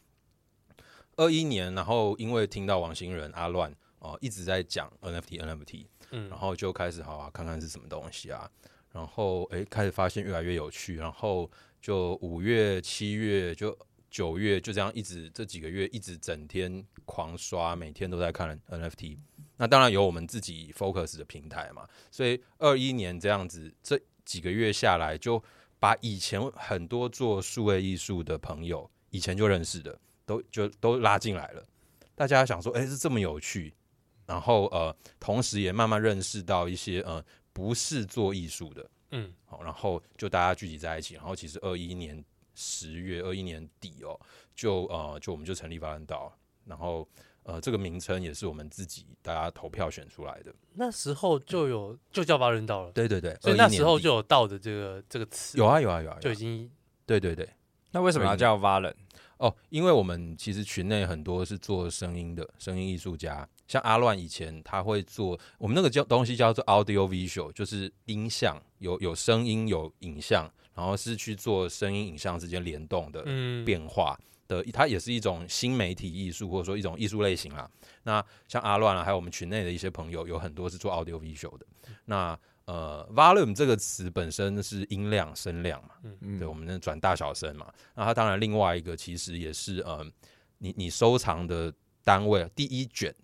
二一年，然后因为听到王星人阿乱哦、一直在讲 NFT NFT，
嗯
然，后就开始好啊，看看是什么东西啊。然后诶，开始发现越来越有趣，然后就五月、七月、就九月，就这样一直这几个月一直整天狂刷，每天都在看呃 NFT。那当然有我们自己 focus 的平台嘛，所以二一年这样子，这几个月下来，就把以前很多做数位艺术的朋友，以前就认识的，都就都拉进来了。大家想说，诶，是这么有趣，然后呃，同时也慢慢认识到一些呃不是做艺术的，
嗯，
好，然后就大家聚集在一起，然后其实二一年十月，二一年底哦，就呃就我们就成立发案道，然后呃这个名称也是我们自己大家投票选出来的，
那时候就有就叫八人道了，
对对对，
所以那
21年
时候
底
就有道的这个这个词，
有啊有啊有啊，
就
有
已
啊
经
对对对。
那为什么要叫 Valen？
哦，因为我们其实群内很多是做声音的声音艺术家，像阿乱以前他会做我们那个叫东西叫做 audio visual，就是音像有有声音有影像，然后是去做声音影像之间联动的
嗯
啊变化的，它也是一种新媒体艺术，或者说一种艺术类型啦。那像阿乱啊，还有我们群内的一些朋友，有很多是做 audio visual 的。那呃，volume 这个词本身是音量、声量嘛，
嗯
对，我们那转大小声嘛。那它当然另外一个其实也是呃，你你收藏的单位，啊第一卷、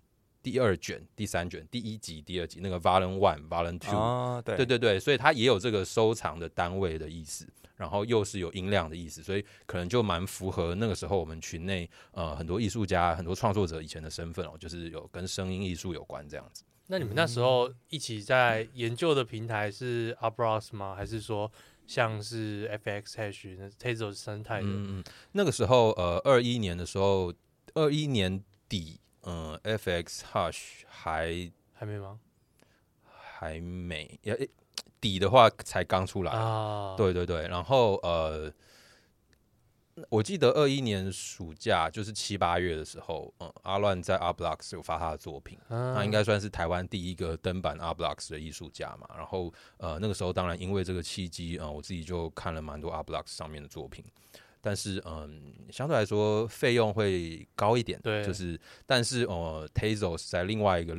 第二卷、第三卷、第一集、第二集那个 volume one、volume two，、
哦，对
对，对对，所以它也有这个收藏的单位的意思，然后又是有音量的意思，所以可能就蛮符合那个时候我们群内呃很多艺术家、很多创作者以前的身份哦，就是有跟声音艺术有关这样子。
那你们那时候一起在研究的平台是 Abras 吗？还是说像是 FX Hash 那 Tezos 生态的？
嗯嗯，那个时候呃二一年的时候，二一年底，嗯、呃、，FX Hush 还
还没吗？
还没，也也底的话才刚出来，
啊，，
对对对，然后呃，我记得二一年暑假就是七八月的时候，嗯，阿乱在 R Blocks 有发他的作品，
那
他应该算是台湾第一个登版 R Blocks 的艺术家嘛。然后呃，那个时候当然因为这个契机，嗯、我自己就看了蛮多 R Blocks 上面的作品。但是，嗯，相对来说费用会高一点，
对
就是，但是，呃，Tazos 在另外一个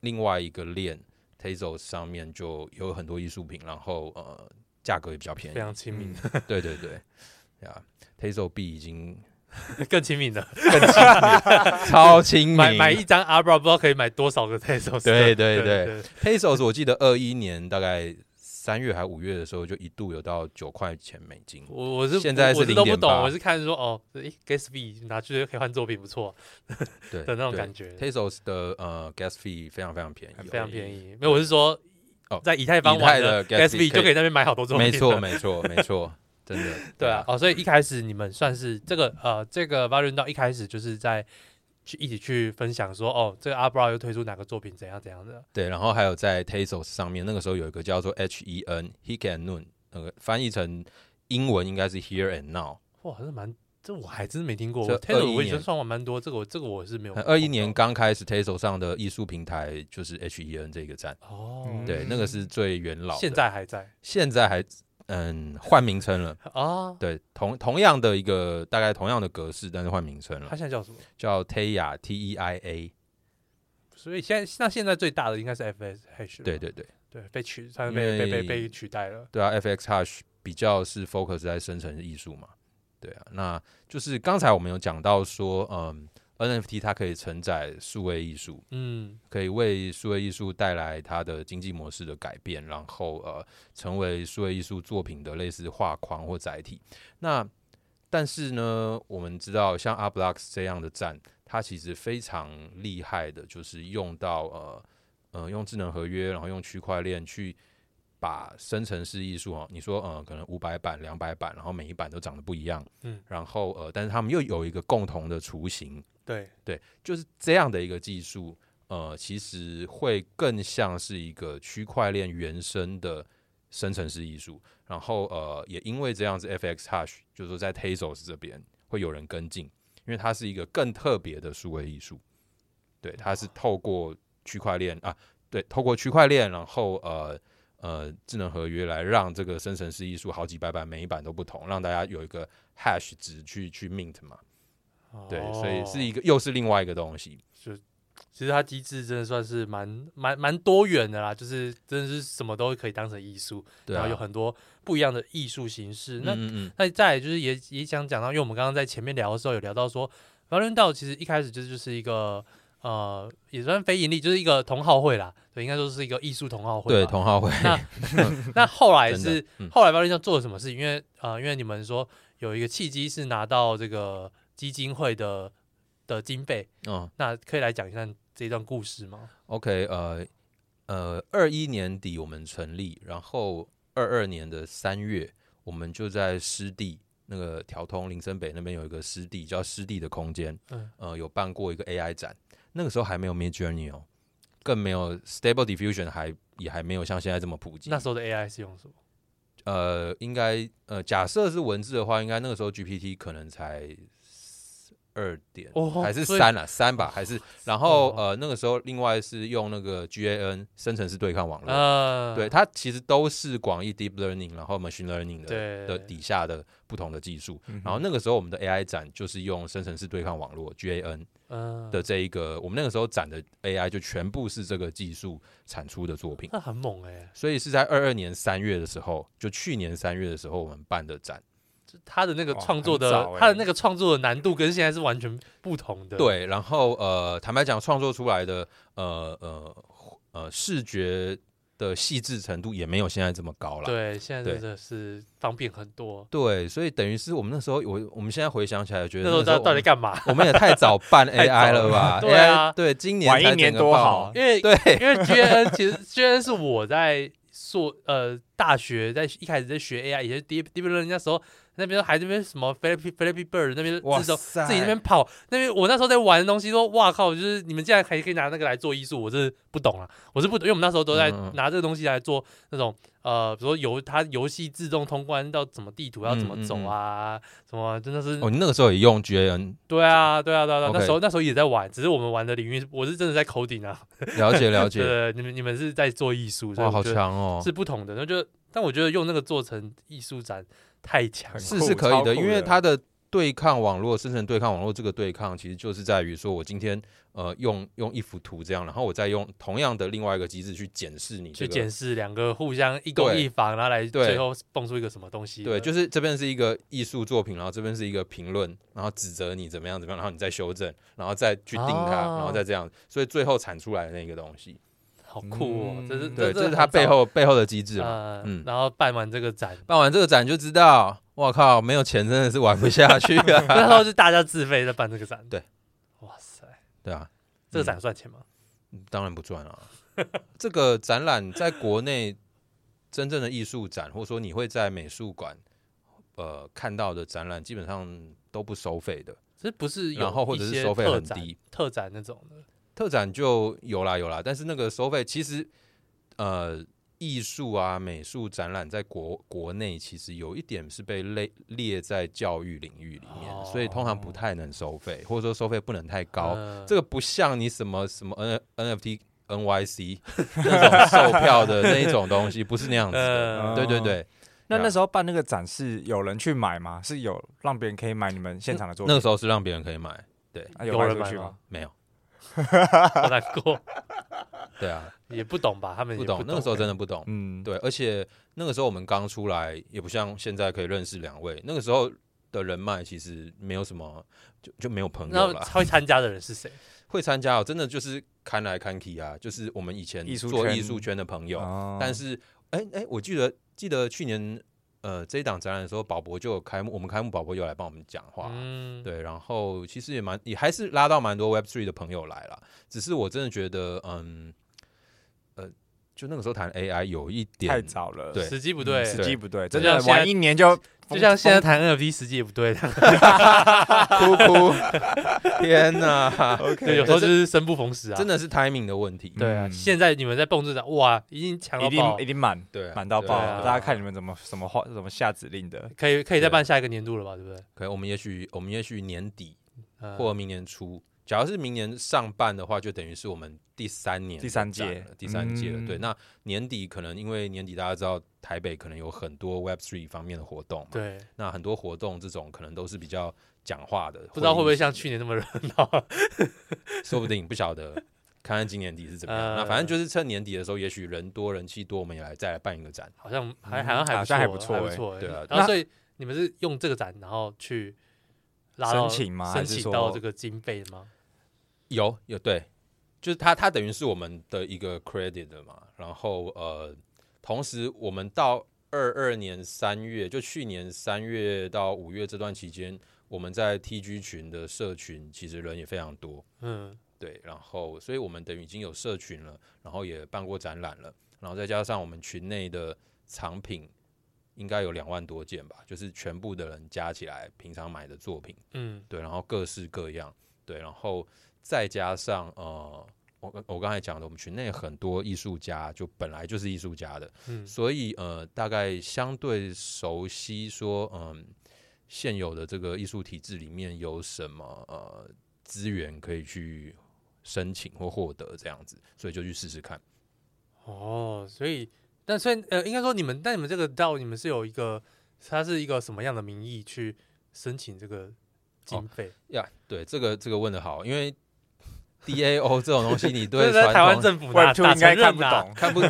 另外一个链 Tazos 上面就有很多艺术品，然后呃，价格也比较便宜嗯
非，常亲民，
对对 对，呀、t a z o B 已经
更亲民的，
超亲民，
买买一张 Abra 不知道可以买多少个 Tezos。
对对
对
对 Tazos，我记得二一年大概三月还五月的时候，就一度有到九块钱美金。
我我是
现在是
我是都不懂，
0.8
我是看说哦，诶 Gatsby 拿去可以换作品，不错
对
的那种感觉，
Tazos 的呃 gas fee 非常非常便宜，
非常便
宜。
宜。没有，我是说
哦
在以太坊玩
以太的
Gatsby 就可以在那边买好多作品，
哦没错，没错，没错，真的。
对啊，，哦，所以一开始你们算是这个呃，这个 v a l e n 到一开始就是在去一起去分享说，哦，这个 Abra 又推出哪个作品怎样怎样的，
对。然后还有在 E Tazos 上面，那个时候有一个叫做 H E N He Can Noon，那个翻译成英文应该是 Here and Now。
哇，还是蛮这我还真是没听过。
这
我 t a y
21
我以前
年呃
算过蛮多，这个我这个我是没有碰到。
二一年刚开始 E Tazos 上的艺术平台就是 H E N 这个站，
哦，
嗯
对，那个是最元老的。
现在还在
现在还嗯换名称了。
啊？
对，同同样的一个大概同样的格式，但是换名称
它
了，
现在叫什么？
叫 Teia T E I A。
所以现在那现在最大的应该是 FS Hash 吧。
对对对，
对，被取，它
因
被被被
为
被取代了。
对啊，FX Hash 比较是 focus 在生成艺术嘛。对啊，那就是刚才我们有讲到说，嗯，NFT 它可以承载数位艺术，
嗯，
可以为数位艺术带来它的经济模式的改变，然后呃，成为数位艺术作品的类似画框或载体。那但是呢，我们知道像 R Blocks 这样的站，它其实非常厉害的，就是用到呃呃用智能合约，然后用区块链去把生成式艺术哦，你说呃可能五百版、两百版，然后每一版都长得不一样，
嗯，
然后呃，但是他们又有一个共同的雏形，
对，
就是这样的一个技术，呃，其实会更像是一个区块链原生的生成式艺术。然后呃，也因为这样子，FX Hash 就是说在 Tezos 这边会有人跟进，因为它是一个更特别的数位艺术。对，它是透过区块链啊，对，透过区块链，然后呃。呃，智能合约来让这个生成式艺术好几百版，每一版都不同，让大家有一个 hash 值去去 mint 嘛，对，所以是一
哦
个又是另外一个东西。
其实它机制真的算是蛮蛮蛮多元的啦，就是真的是什么都可以当成艺术，
对啊，
然后有很多不一样的艺术形式。那
嗯嗯
那再来就是也也想讲到，因为我们刚刚在前面聊的时候有聊到说 v a l e n t i 其实一开始就是就是一个呃也算非盈利，就是一个同好会啦，对，应该说是一个艺术同好会
对
吧。
同好会，
那那后来
真的
是、
嗯
后来 v a l e n t i 做了什么事情？因为呃，因为你们说有一个契机是拿到这个基金会的的经费，
嗯，
那可以来讲一下这段故事吗？
OK，呃呃，二一年底我们成立，然后二二年的三月，我们就在湿地那个调通林森北那边有一个湿地叫湿地的空间，
嗯
呃，有办过一个 AI 展，那个时候还没有 Mid Journey 哦，更没有 Stable Diffusion，还也还没有像现在这么普及。
那时候的 AI 是用什么？
呃，应该呃，假设是文字的话，应该那个时候 GPT 可能才二点、
哦
还是
所以
三啊，三吧，还是然后、
哦
呃，那个时候另外是用那个 GAN 生成式对抗网络，
呃，
对它其实都是广义 deep learning，然后 machine learning 的
对
的底下的不同的技术。
嗯哼
然后那个时候我们的 AI 展就是用生成式对抗网络 GAN
嗯
的，这一个，我们那个时候展的 AI 就全部是这个技术产出的作品。
那很猛哎、
所以是在二二年三月的时候，就去年三月的时候，我们办的展。
就他的那个
哇
创作
很
的、
早欸
他的那个创作的难度跟现在是完全不同的。，
对，然后呃，坦白讲，创作出来的呃呃呃视觉的细致程度也没有现在这么高了。
对，现在
对
真的是方便很多。
对，所以等于是我们那时候，我我们现在回想起来，觉
那
得
时候
那
到
时候
到
我
底
们
干嘛？
我们也太早 办
太早
AI
了
了吧？
对啊
AI 对，今年
晚一
才整
年
个
多
爆
好
红，
因为
对，
因为 G N 其实 G N 是我在硕呃大学在一开始在学 AI，以前 Deep Deep Learning 那时候那边还那边什么 Flappy Flappy Bird 那边自动
塞
自己那边跑那边，我那时候在玩的东西说，哇靠！就是你们竟然还可以拿那个来做艺术，我真的不懂啊，我是不懂，因为我们那时候都在
嗯嗯
拿这个东西来做那种呃，比如说游它游戏自动通关到怎么地图要怎么走啊，什么真的是
嗯哦，你那个时候也用 GAN，
对啊对啊对啊，对啊
OK
那时候那时候也在玩，只是我们玩的领域我是真的在 coding 啊，
了解了解，
对，你们你们是在做艺术，所
哇，
以我
好
觉得
强哦！
是不同的，那就但我觉得用那个做成艺术展太强了，
是
酷
是可以
超
的，
酷
因为
的
它的对抗网络，生成对抗网络这个对抗，其实就是在于说我今天呃用用一幅图这样，然后我再用同样的另外一个机制去检视你这
去
个。
检视两个互相一攻
对
一防，然后来
对
最后蹦出一个什么东西。
对，就是这边是一个艺术作品，然后这边是一个评论，然后指责你怎么样怎么样，然后你再修正，然后再去定它，
哦
然后再这样，所以最后产出来的那个东西，
好酷哦！
嗯
这是
对，这
这
是它背后背后的机制嘛。
啊，嗯
嗯，
然后办完这个展，。
办完这个展就知道，我靠，没有钱真的是玩不下去啊
那时候是大家自费在办这个展。
对，
哇塞，
对啊，
这个展算钱吗？
当然不赚啊！ 这个展览在国内真正的艺术展，或者说你会在美术馆呃看到的展览，基本上都不收费的。
这不是有
然后或者是
一些
收费
特
很
展
低，
特展那种的。
特展就有啦有啦，但是那个收费其实呃艺术啊美术展览在国国内其实有一点是被列列在教育领域里面，
哦
所以通常不太能收费，或者说收费不能太高。
嗯
这个不像你什么什么 N NFT NYC 那种售票的那一种东西，不是那样子的。
嗯
呃
对对对，
那那
对啊
时候办那个展示，有人去买吗？是有让别人可以买你们现场的作品？
那个时候是让别人可以买，
啊
有
卖
人
出
买
去
吗
吗？
没有。
好难过，
对啊，
也不懂欸吧？他们也
不懂，欸那个时候真的不懂。
嗯，
对，而且那个时候我们刚出来，也不像现在可以认识两位。那个时候的人脉其实没有什么，就就没有朋
然
友
后
了。
会参加的人 是谁？
会参加哦，真的就是看来看去啊，就是我们以前
艺术
做
圈
艺术圈的朋友，
哦
但是，哎、哎、我记得记得去年呃这一档展览的时候，宝博就有开幕，我们开幕宝博有来帮我们讲话。
嗯，
对，然后其实也蛮，也还是拉到蛮多 Web Three 的朋友来了。只是我真的觉得，嗯，呃，就那个时候谈 AI 有一点
太早了，
对
时机不对，
时机不对，
对
真
就
的
像现在
玩一年就
就像现在谈 NFT 时机也 不对，
哭哭，天哪！
对，有时候就是生不逢时啊，
真的是 timing 的问题。
对啊，
嗯
现在你们在蹦这展，哇，已经强
一
到爆
定一，定满
对啊，
满到爆
对
对
啊
啊
了，大家看你们怎么怎么画怎么下指令的。
可以可以再办下一个年度了吧？对不对？
可以，我们也许我们也许年底
嗯
或明年初，假如是明年上半的话，就等于是我们第三年
第三
的展
届
了第三届了。
嗯
对，那年底可能因为年底大家知道台北可能有很多 Web Three 方面的活动嘛，
对，
那很多活动这种可能都是比较讲话的，
不知道会不会
议性的
像去年那么热闹？
说不定不晓得，看看今年底是怎么
嗯
样。那反正就是趁年底的时候，也许人多人气多，我们也来再来办一个展。
好像还好像还
嗯好像还不
错，
错
还不
欸
错欸。
对啊
然后
那
所以你们是用这个展，然后去拉到
申请吗
申
还是
请
说
到这个经费吗？
有有对，就是他他等于是我们的一个 credit 的嘛，然后呃，同时我们到二二年三月，就去年三月到五月这段期间，我们在 TG 群的社群其实人也非常多，
嗯，
对，然后所以我们等于已经有社群了，然后也办过展览了，然后再加上我们群内的藏品应该有两万多件吧，就是全部的人加起来平常买的作品，
嗯，
对，然后各式各样，对，然后再加上呃，我刚我刚才讲的，我们群内很多艺术家就本来就是艺术家的，
嗯
所以呃，大概相对熟悉说，嗯、现有的这个艺术体制里面有什么呃资源可以去申请或获得这样子，所以就去试试看。
哦，所以但虽然呃，应该说你们，但你们这个到你们是有一个，它是一个什么样的名义去申请这个经
哦
费？
呀、对，这个这个问的好，因为 DAO 这种东西，你对
这在
传
台湾
统
政府
我
哪
就
哪
应该
承认
看不
啊
懂。
看不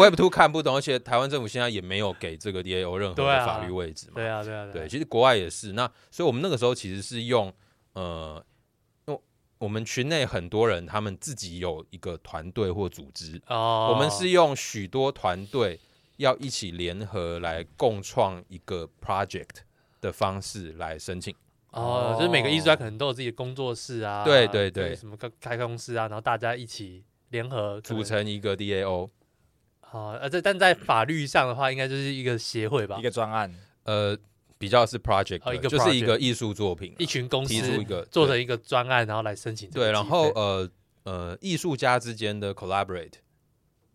Web Two 看不懂，而且台湾政府现在也没有给这个 DAO 任何
对啊
的法律位置嘛。
对啊，对啊，
对，
啊，
其实国外也是。那所以我们那个时候其实是用呃，用我们群内很多人他们自己有一个团队或组织，
哦，
我们是用许多团队要一起联合来共创一个 project 的方式来申请。
哦，就是每个艺术家可能都有自己的工作室啊，
对对
就是
对
什么开开公司啊，然后大家一起联合可
组
能。
成一个 DAO，
啊，呃，这但在法律上的话，应该就是一个协会吧
一，个专案，
啊
呃，比较是 project，、
哦一个
就是一
project
个艺术作品啊，
一群公司
提出一个
做
对
成一个专案，然后来申请这个
对，然
经
后
费
呃呃，艺术家之间的 collaborate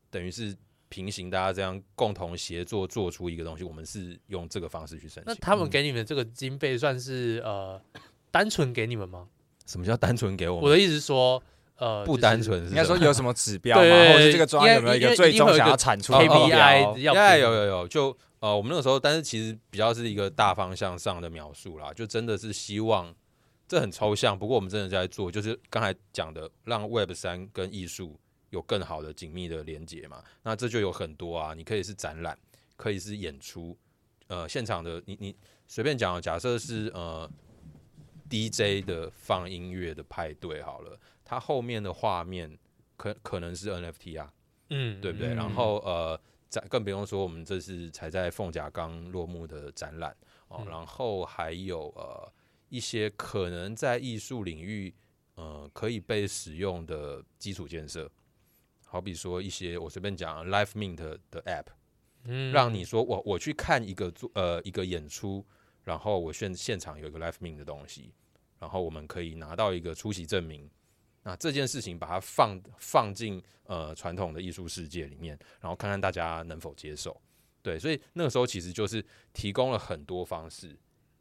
等于是平行，大家这样共同协作做出一个东西。我们是用这个方式去申请。嗯
那他们给你们这个经费算是呃单纯给你们吗？
什么叫单纯给我
我
们？
的意思是说，呃，
不
就是
单纯是
应该
什么
说有什么指标嘛，
对对对
或者是这个专案有没有一
因
个
为
最
因为
终
一定会
想
有一
要
个
产出的目标
KPI 要
呀
评
有有有，就呃，我们那个时候，但是其实比较是一个大方向上的描述啦，就真的是希望。这很抽象，不过我们真的在做，就是刚才讲的，让 Web 三跟艺术有更好的紧密的连接嘛。那这就有很多啊，你可以是展览，可以是演出，呃，现场的你你随便讲，啊假设是呃 DJ 的放音乐的派对好了，它后面的画面可可能是 NFT 啊，
嗯，
对不对？
嗯
然后呃，展更不用说我们这次才在凤甲刚落幕的展览哦，
嗯
然后还有呃一些可能在艺术领域呃可以被使用的基础建设，好比说一些我随便讲 l i f e Mint 的 App，
嗯
让你说我我去看一个作呃一个演出，然后我现现场有一个 live min 的东西，然后我们可以拿到一个出席证明。那这件事情把它放放进呃传统的艺术世界里面，然后看看大家能否接受。对，所以那个时候其实就是提供了很多方式，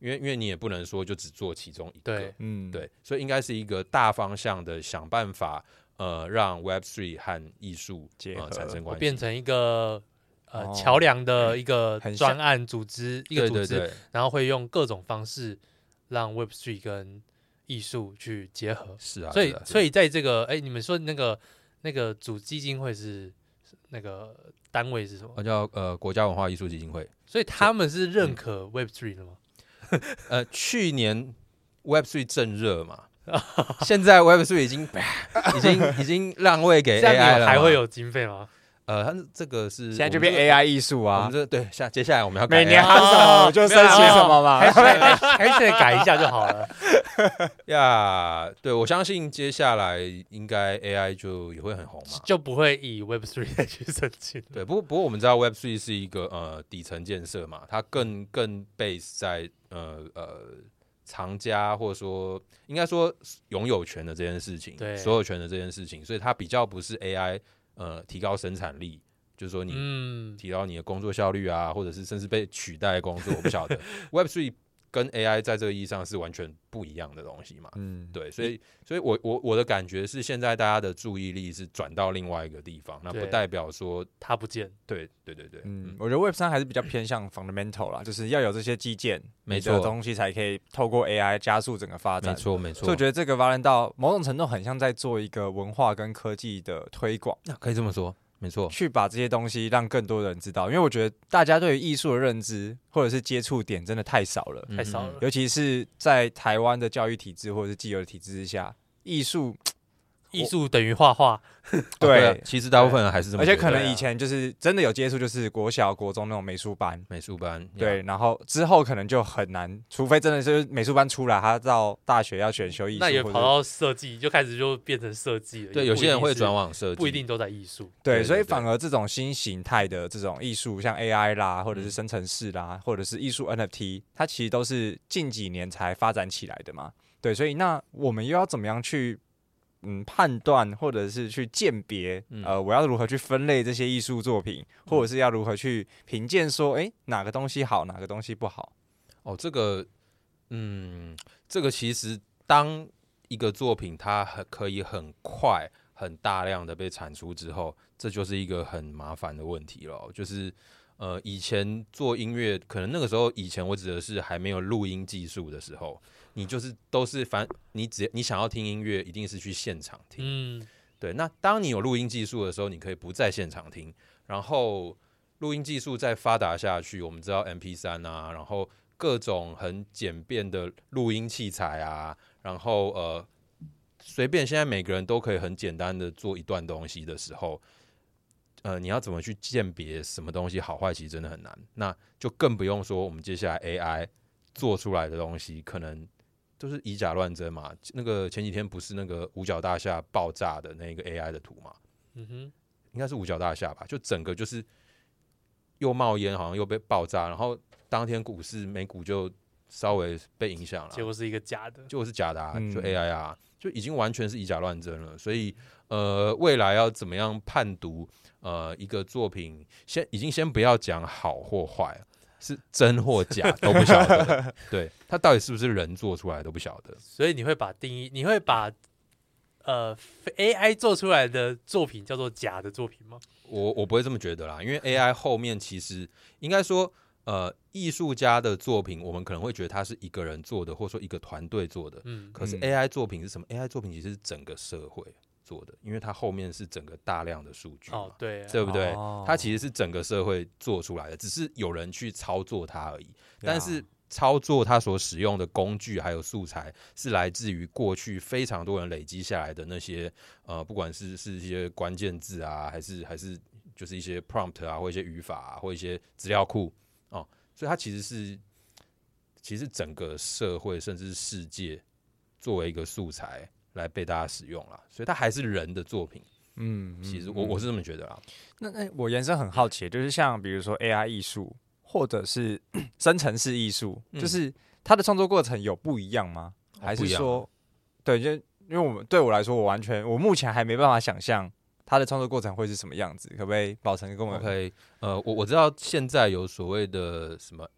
因为因为你也不能说就只做其中一个，
对
嗯，，
对，所以应该是一个大方向的想办法，呃，让 Web Three 和艺术
结
呃
合
产生
我
关
变
系。
成一个呃
哦
桥梁的一个
很像
专案组织，一
对
个组
对
织
对，
然后会用各种方式让 Web Three 跟艺术去结合。
是啊，
所以
是啊，是啊
所以在这个哎，你们说那个那个主基金会是那个单位是什么
呃，？叫呃国家文化艺术基金会。
所以他们
嗯
是认可 Web Three 的吗？
呃，去年 Web Three 正热 嘛，现在 Web Three 已经已经已经让位给
这样
AI
你
了，
们还会。有经费 吗？
呃，它这个是
现在就
我们
变
这
AI 艺术
我
啊
们，这对下接下来我们要改
每年
AI
喊什么
哦
我就申请什么嘛
还。是还是改一下就好了。
呀对我相信接下来应该 AI 就也会很红嘛。
就不会以 Web Three 来 去申请。
对，不过不过我们知道 Web Three 是一个呃底层建设嘛，它更更 base 在呃呃藏家或者说应该说拥有权的这件事情，
对
所有权的这件事情，所以它比较不是 AI 呃提高生产力，就是说你
嗯，
提高你的工作效率啊，或者是甚至被取代工作，我不 晓得 Web Three 跟 AI 在这个意义上是完全不一样的东西嘛。
嗯，
对，所以，所以我我我的感觉是，现在大家的注意力是转到另外一个地方，那不
对
代表说
他不见。
对对对对，
嗯，我觉得 Web 三还是比较偏向 fundamental 啦，就是要有这些基建，
没
你的
错
东西才可以透过 AI 加速整个发
没
展。
错没
所以
错
我，觉得这个 v a l e n t 某种程度很像在做一个文化跟科技的推广，
那可以这么说，没错，
去把这些东西让更多人知道。因为我觉得大家对于艺术的认知或者是接触点真的太少了，
太少
嗯
了
尤其是在台湾的教育体制或者是既有的体制之下，艺术
艺术等于画画，
啊
对，
其实大部分人还是这么
而
觉得，
且可能
对啊
以前就是真的有接触，就是国小、国中那种美术班，
美术班
对，然后之后可能就很难，除非真的就是美术班出来，他到大学要选修艺术，
那也跑
或者
到设计，就开始就变成设计了。
对，
也
有
不
些
一
人
定
会
是
转，往设计，
不一定都在艺术。
对
对，
对
所以
对
反而这种新形态的这种艺术，像 AI 啦，或者是生成式
嗯
啦，或者是艺术 NFT，它其实都是近几年才发展起来的嘛。对，所以那我们又要怎么样去嗯判断，或者是去鉴别、
嗯
呃，我要如何去分类这些艺术作品，或者是要如何去评鉴说，诶哪个东西好，哪个东西不好？
哦，这个，嗯，这个其实当一个作品它很可以很快、很大量的被产出之后，这就是一个很麻烦的问题了。哦就是呃，以前做音乐，可能那个时候以前我指的是还没有录音技术的时候，你就是都是反你只你想要听音乐，一定是去现场听。
嗯，
对，那当你有录音技术的时候，你可以不在现场听，然后录音技术再发达下去，我们知道 MP 三啊，然后各种很简便的录音器材啊，然后呃，随便现在每个人都可以很简单的做一段东西的时候，呃，你要怎么去鉴别什么东西好坏，其实真的很难。那就更不用说我们接下来 AI 做出来的东西，可能就是以假乱真嘛。那个前几天不是那个五角大厦爆炸的那个 AI 的图嘛，
嗯哼，
应该是五角大厦吧，就整个就是又冒烟，好像又被爆炸，然后当天股市美股就稍微被影响了，
结果是一个假的。
就是假的、啊，
嗯
就 AI 啊，就已经完全是以假乱真了。所以呃，未来要怎么样判读呃一个作品，先已经先不要讲好或坏，是真或假都不晓得，对它到底是不是人做出来都不晓得。
所以你会把定义，你会把呃非 AI 做出来的作品叫做假的作品吗？
我我不会这么觉得啦，因为 AI 后面其实应该说，呃，艺术家的作品，我们可能会觉得他是一个人做的，或者说一个团队做的。
嗯，
可是
嗯
AI 作品是什么？AI 作品其实是整个社会做的，因为它后面是整个大量的数据嘛，
哦，对啊，
对不对？
哦
它其实是整个社会做出来的，只是有人去操作它而已。但
对
是
啊
操作它所使用的工具还有素材，是来自于过去非常多人累积下来的那些呃，不管是是一些关键字啊，还是还是就是一些 prompt 啊，或一些语法啊，或一些资料库哦，所以它其实是其实整个社会甚至是世界作为一个素材来被大家使用啦，所以它还是人的作品。
嗯，
其实
嗯
我
嗯
我是这么觉得啦，
那那我延伸很好奇，就是像比如说 AI 艺术，或者是 生成式艺术，
嗯
就是它的创作过程有不一样吗？
哦
还
不
是
一样
说，对，就因为我们对我来说，我完全我目前还没办法想象它的创作过程会是什么样子，可不可以宝成跟我们
OK，呃，我我知道现在有所谓的什么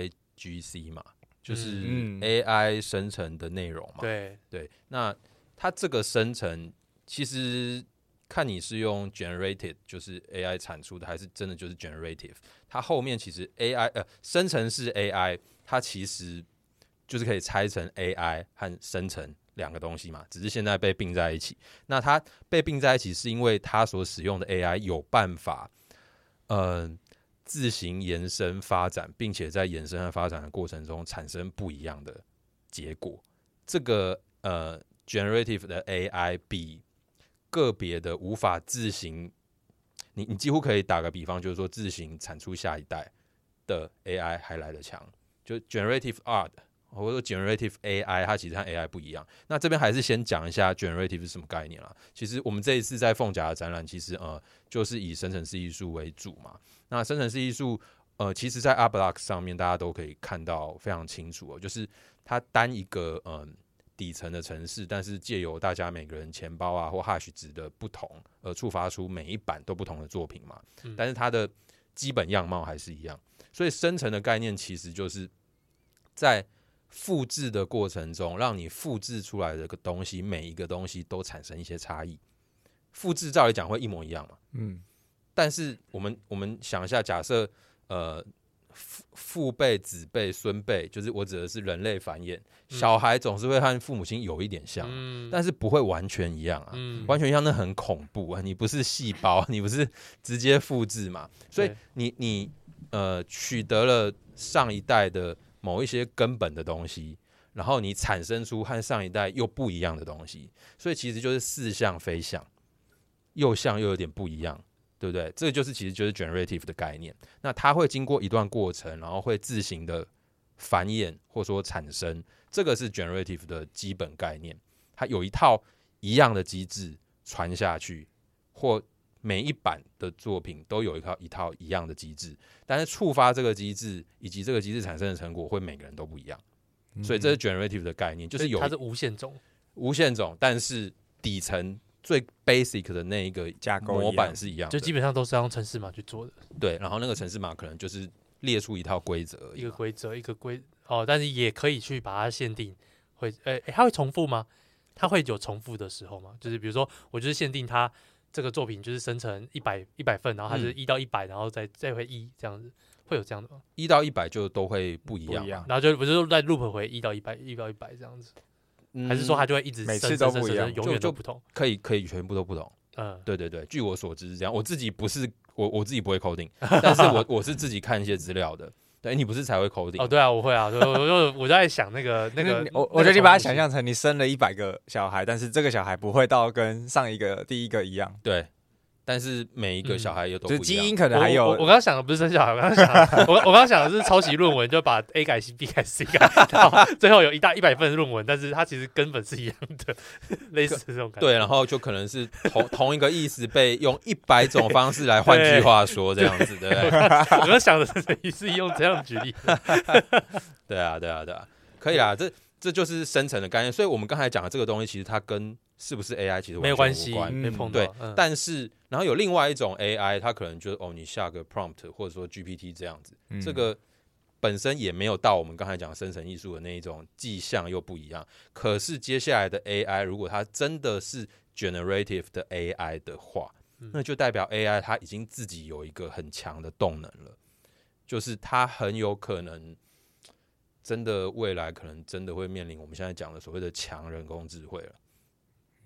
AIGC 嘛，就是
嗯嗯
AI 生成的内容嘛。
对，
对，那它这个生成其实看你是用 generated，就是 AI 产出的，还是真的就是 generative。它后面其实 AI 呃生成式 AI，它其实就是可以拆成 AI 和生成两个东西嘛，只是现在被并在一起。那它被并在一起，是因为它所使用的 AI 有办法，嗯、自行延伸发展，并且在延伸和发展的过程中产生不一样的结果。这个呃 generative 的 AI 比个别的无法自行，你你几乎可以打个比方，就是说自行产出下一代的 AI 还来得强。就 generative art 或者说 generative AI，它其实和 AI 不一样。那这边还是先讲一下 generative 是什么概念啦。其实我们这一次在凤甲的展览，其实呃就是以生成式艺术为主嘛。那生成式艺术，呃，其实在 a b l o x 上面大家都可以看到非常清楚哦，就是它单一个嗯、底层的城市，但是借由大家每个人钱包啊或 hash 值的不同，而触发出每一版都不同的作品嘛。
嗯
但是它的基本样貌还是一样，所以生成的概念其实就是在复制的过程中，让你复制出来的个东西，每一个东西都产生一些差异。复制照理讲会一模一样嘛，
嗯
但是我们我们想一下，假设呃父父辈、子辈、孙辈，就是我指的是人类繁衍，
嗯
小孩总是会和父母亲有一点像，
嗯
啊但是不会完全一样啊。
嗯
完全一样，那很恐怖啊！你不是细胞，你不是直接复制嘛？所以
对
你你呃取得了上一代的某一些根本的东西，然后你产生出和上一代又不一样的东西，所以其实就是似像非像，又像又有点不一样，对不对？这个就是其实就是 generative 的概念。那它会经过一段过程，然后会自行的繁衍或说产生，这个是 generative 的基本概念。它有一套一样的机制传下去，或每一版的作品都有一套一套一样的机制，但是触发这个机制以及这个机制产生的成果会每个人都不一样，嗯
嗯
所以这是 generative 的概念，就是有
它是无限种，
无限种，但是底层最 basic 的那一个
架构一样
模板是一样的，
就基本上都是要用城市码去做的
对。然后那个城市码可能就是列出一套规则而
一
已
个，规则，一个规哦，但是也可以去把它限定会，呃、诶它会重复吗？它会有重复的时候吗？就是比如说，我就是限定它这个作品就是生成一百一百份，然后它就是
嗯
一到一百、然后再再回一这样子，会有这样的吗？
一到一百就都会不一
不
样
一，样，
然后就不是说再 loop 回一到一百，一到一百这样子，
嗯
还是说它就会一直
每
生
次
生
都
生
不一
生
样
生永
就
远都
就
不同？
可以可以全部都不同？
嗯，
对对对，据我所知是这样。我自己不是我我自己不会 coding，但是 我我是自己看一些资料的。对你不是才会 coding？
哦，对啊，我会啊，我我我我在想那 个那个
你，我我觉得你把它想
象。
象成你生了一百个小孩，但是这个小孩不会到跟上一个第一个一样，
对但是每一个
嗯
小孩也都
就是
不一
基
样。
因可能
我
还
我我
有
刚刚想的不是生小孩，我刚刚想的我我刚刚想的是抄袭论文，就把 A 改 C B 改 C 改，然后最后有一大一百份论文，但是它其实根本是一样的，类似这种感觉。
对，然后就可能是同同一个意思被用一百种方式来，换句话说这样 子，对不对？
我刚刚想的是是用这样举例，
对啊，对啊，对啊，可以啦，这这就是生成的概念。所以我们刚才讲的这个东西，其实它跟是不是 AI 其实完全
没有关系，
无关
没碰到。
对
嗯
但是，然后有另外一种 AI，它可能就是哦，你下个 prompt 或者说 GPT 这样子，
嗯
这个本身也没有到我们刚才讲生成艺术的那一种迹象又不一样。可是接下来的 AI，如果它真的是 generative 的 AI 的话，
嗯
那就代表 AI 它已经自己有一个很强的动能了，就是它很有可能。真的未来可能真的会面临我们现在讲的所谓的强人工智慧了。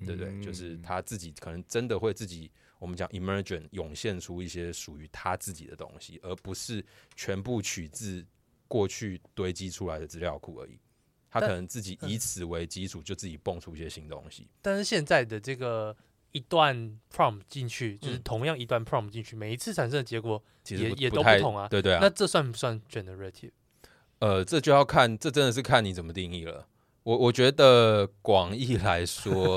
对不对？
嗯
就是他自己可能真的会自己，我们讲 emergent 涌现出一些属于他自己的东西，而不是全部取自过去堆积出来的资料库而已。他可能自
嗯
己以此为基础，就自己蹦出一些新东西。
但是现在的这个一段 prompt 进去，就是
嗯
同样一段 prompt 进去，每一次产生的结果
其实
也
不
也
不
都
太
不同啊
对对啊
那。这算不算 generative？
呃，这就要看，这真的是看你怎么定义了。我我觉得广义来说，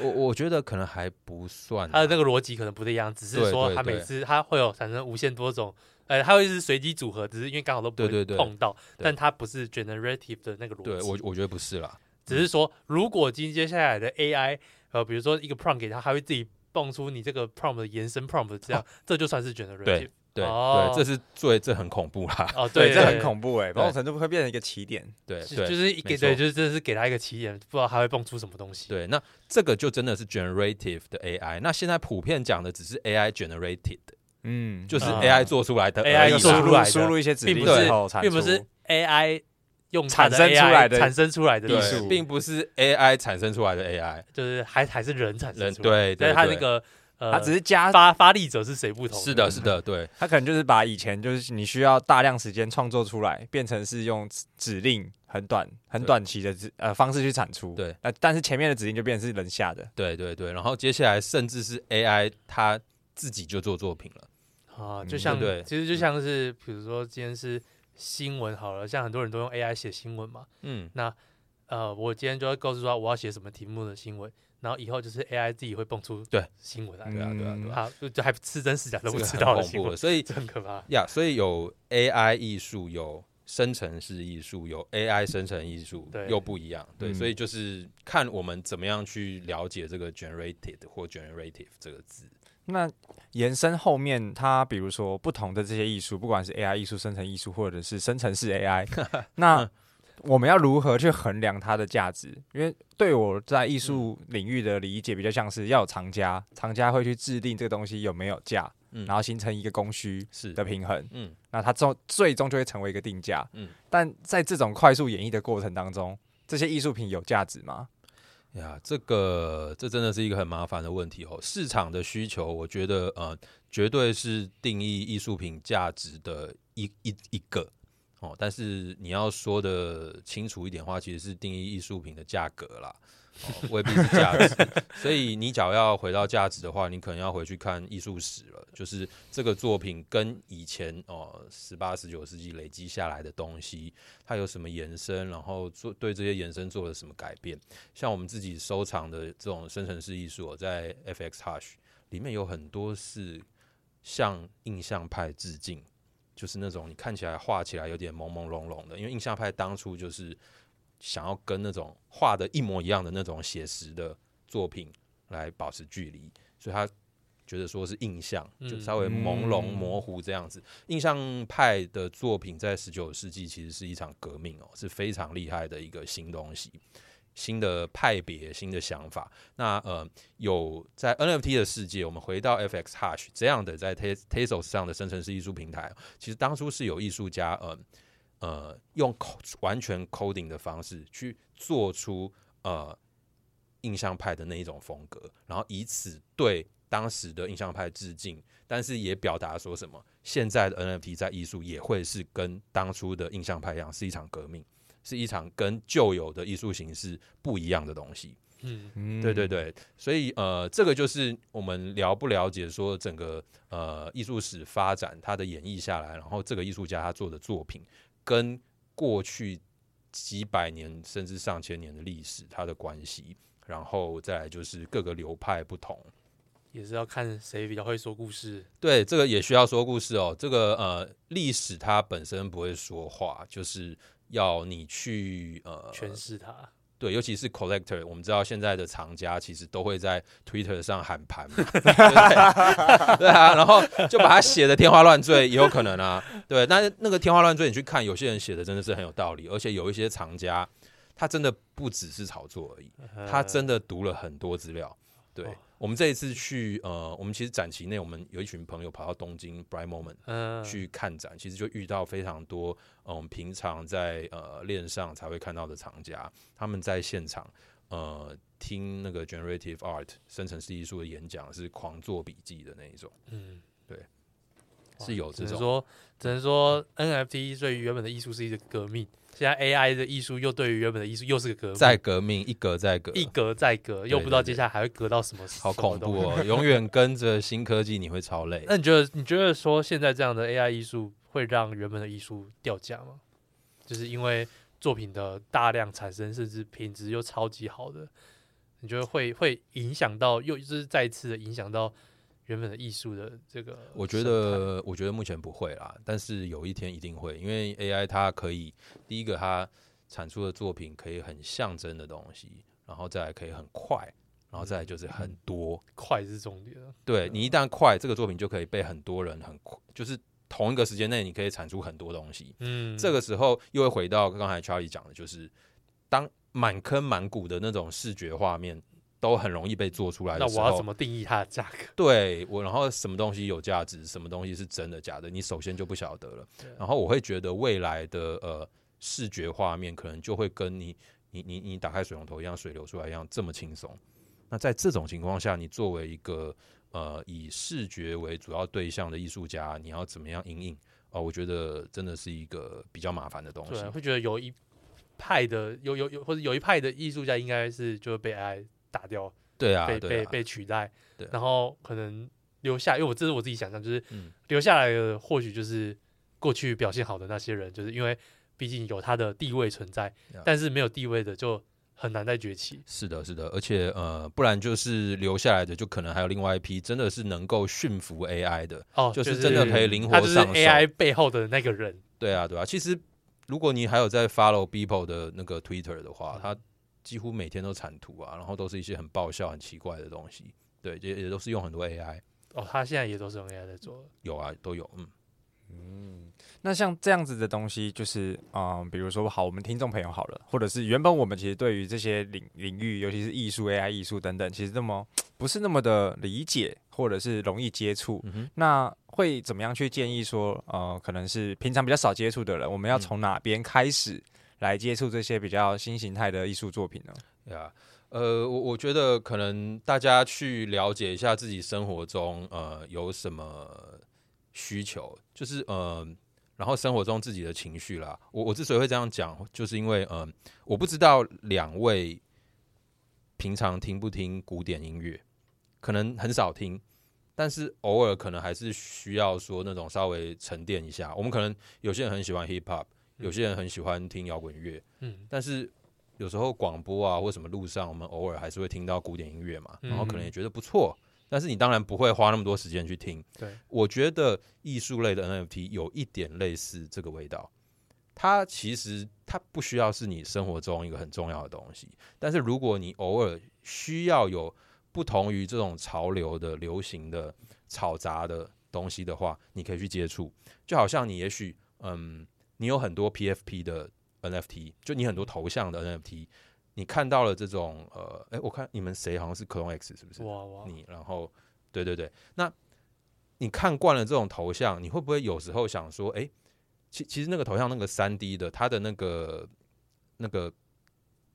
我我觉得可能还不算
它
啊、
的那个逻辑可能不太一样，只是
对
说
对
它每
对
次它会有产生无限多种，呃，它会是随机组合，只是因为刚好都不
对
会
对对
碰到，
对
但它不是 generative 的那个逻辑。
对我嗯我觉得不是啦。
只是说，如果今接下来的 AI，呃，比如说一个 prompt 给它，它会自己蹦出你这个 prompt 的延伸 prompt 的资料，这就算是 generative。
哦对、
哦
对，这是最这很恐怖啦。
哦，
对，
对，
这很
对。
恐怖哎，某
对
种程度会变成一个起点。
对
就
对，
就是一给
没
对，
错
就是真的是给它一个起点，不知道它会蹦出什么东西。
对，那这个就真的是 generative 的 AI。那现在普遍讲的只是 AI generated，
嗯，
就是
嗯
AI 做出来的
AI
而已啦
做
输
出
入
来的
输入一些指令
并不是
之后产出，
并不是 AI 用它的
产生出
AI
来的
产生出来的
艺
东
术
西，
对，并不是 AI 产生出来的 AI，
就是还还是人产生
人
出来的。
对对，
但是它
对
那个呃，
它只是加，
发发力者是谁不同？
是的，是的，对
它可能就是把以前就是你需要大量时间创作出来，变成是用指指令很短很
对
短期的指呃方式去产出。
对
那但是前面的指令就变成是人下的，
对对对。然后接下来甚至是 AI 它自己就做作品了，
啊，
嗯
就像
对
其实就像是比如说今天是新闻好了，像很多人都用 AI 写新闻嘛。
嗯，
呃，我今天就要告诉他我要写什么题目的新闻，然后以后就是 AI 自己会蹦出
对
新闻来
对啊对啊对
嗯
啊，
啊，就就还是真是假都
这
不
个
知
很
道的
恐
新
怖
闻
了。，所以
这很可怕。
呀所以有 AI 艺术，有生成式艺术，有 AI 生成艺术
对，
又不一样。对，
嗯
所以就是看我们怎么样去了解这个 generated 或 generative 这个字。
那延伸后面，它比如说不同的这些艺术，不管是 AI 艺术、生成艺术，或者是生成式 AI，那
嗯
我们要如何去衡量它的价值？因为对我在艺术
嗯
领域的理解，比较像是要有藏家，藏家会去制定这个东西有没有价，
嗯
然后形成一个供需
是
的平衡，
嗯，
那它终最终就会成为一个定价。
嗯
但在这种快速演绎的过程当中，这些艺术品有价值吗？
呀，这个这真的是一个很麻烦的问题哦。市场的需求，我觉得呃，绝对是定义艺术品价值的一一一个哦，但是你要说的清楚一点的话，其实是定义艺术品的价格啦，哦、未必是价值。所以你假如要回到价值的话，你可能要回去看艺术史了，就是这个作品跟以前哦十八、十九世纪累积下来的东西，它有什么延伸，然后做对这些延伸做了什么改变。像我们自己收藏的这种生成式艺术、哦，在 FX Hush 里面有很多是向印象派致敬。就是那种你看起来画起来有点朦朦胧胧的，因为印象派当初就是想要跟那种画的一模一样的那种写实的作品来保持距离，所以他觉得说是印象，就稍微朦胧
嗯
模糊这样子。印象派的作品在十九世纪其实是一场革命哦，是非常厉害的一个新东西。新的派别、新的想法。那呃，有在 NFT 的世界，我们回到 FX Hash 这样的在 Tes- Tezos 上的生成式艺术平台，其实当初是有艺术家呃呃用 co- 完全 coding 的方式去做出呃印象派的那一种风格，然后以此对当时的印象派致敬，但是也表达说什么现在的 NFT 在艺术也会是跟当初的印象派一样，是一场革命。是一场跟旧有的艺术形式不一样的东西。
嗯，
嗯
对对对，所以呃，这个就是我们了不了解说整个呃艺术史发展它的演绎下来，然后这个艺术家他做的作品跟过去几百年甚至上千年的历史它的关系，然后再来就是各个流派不同。
也是要看谁比较会说故事。
对，这个也需要说故事哦。这个呃，历史它本身不会说话，就是要你去呃
诠释它，
对，尤其是 collector，我们知道现在的藏家其实都会在 Twitter 上喊盘嘛，对不对对啊，然后就把它写的天花乱坠也有可能啊，对，但是那个天花乱坠你去看，有些人写的真的是很有道理，而且有一些藏家他真的不只是炒作而已，他真的读了很多资料。对
呃哦，
我们这一次去呃，我们其实展期内我们有一群朋友跑到东京 Bright Moment。
嗯，
去看展，其实就遇到非常多呃我们平常在呃链上才会看到的藏家，他们在现场呃听那个 generative art 生成式艺术的演讲是狂做笔记的那一种，
嗯，
对
哇，
是有这
只能
种
说，只能说 NFT 对于原本的艺术是一个革命，现在 AI 的艺术又对于原本的艺术又是个革命，
在革命一格再革，
一革再革，又不知道接下来还会革到什么，
好
什么
恐
东西
怖哦！永远跟着新科技，你会超 累。
那你觉得，你觉得说现在这样的 AI 艺术会让原本的艺术掉价吗？就是因为作品的大量产生，甚至品质又超级好的，你觉得会会影响到，又就是再次的影响到原本的艺术的这呃个生态？
我觉得，我觉得目前不会啦，但是有一天一定会，因为 AI 它可以，第一个它产出的作品可以很象征的东西，然后再来可以很快，然后再来就是很
嗯
多。
快是重点啊，
对你一旦快，这个作品就可以被很多人很快，就是同一个时间内你可以产出很多东西。
嗯，
这个时候又会回到刚才 Charlie 讲的，就是当满坑满谷的那种视觉画面都很容易被做出来的
那我
时
要
候
怎，么定义它的价格？
对我，然后什么东西有价值，什么东西是真的假的，你首先就不晓得了。然后我会觉得未来的呃视觉画面可能就会跟你你你你打开水龙头一样，水流出来一样这么轻松。那在这种情况下，你作为一个呃以视觉为主要对象的艺术家，你要怎么样引领？哦，我觉得真的是一个比较麻烦的东西
对，。会觉得有一派的有有有，或者有一派的艺术家应该是就会被 AI 打掉，
对啊，
被
对
被
啊，
被取代
对啊，
然后可能留下，因为我这是我自己想象，就是
嗯
留下来的或许就是过去表现好的那些人，就是因为毕竟有他的地位存在
Yeah，
但是没有地位的就很难再崛起。
是的，是的，而且呃，不然就是留下来的，就可能还有另外一批真的是能够驯服 AI 的，
哦，
就是是真的可以灵活
他就是
上手
AI 背后的那个人，
对啊，对啊。其实如果你还有在 follow Beeple 的那个 Twitter 的话
嗯，
他几乎每天都产图啊，然后都是一些很爆笑、很奇怪的东西。对，也也都是用很多 AI，
哦，他现在也都是用 AI 在做了。
有啊，都有。嗯，
那像这样子的东西，就是嗯，比如说好，我们听众朋友好了，或者是原本我们其实对于这些领领域，尤其是艺术、AI 艺术等等，其实那么不是那么的理解，或者是容易接触。
嗯哼
那会怎么样去建议说，呃，可能是平常比较少接触的人，我们要
嗯
从哪边开始来接触这些比较新形态的艺术作品呢？
对啊，呃，我我觉得可能大家去了解一下自己生活中呃有什么需求，就是呃，然后生活中自己的情绪啦。我我之所以会这样讲，就是因为嗯，我不知道两位平常听不听古典音乐，可能很少听，但是偶尔可能还是需要说那种稍微沉淀一下。我们可能有些人很喜欢 hip hop，有些人很喜欢听摇滚乐，
嗯，
但是有时候广播啊或什么路上，我们偶尔还是会听到古典音乐嘛，
嗯
然后可能也觉得不错，但是你当然不会花那么多时间去听。
对，
我觉得艺术类的 NFT 有一点类似这个味道，它其实它不需要是你生活中一个很重要的东西，但是如果你偶尔需要有不同于这种潮流的、流行的、吵杂的东西的话，你可以去接触，就好像你也许嗯，你有很多 PFP 的 NFT，就你很多头像的 NFT。你看到了这种呃，哎、我看你们谁好像是 Clone X 是不是？
哇哇，
你，然后对对对，那你看惯了这种头像，你会不会有时候想说，哎，其其实那个头像那个三 D 的，它的那个那个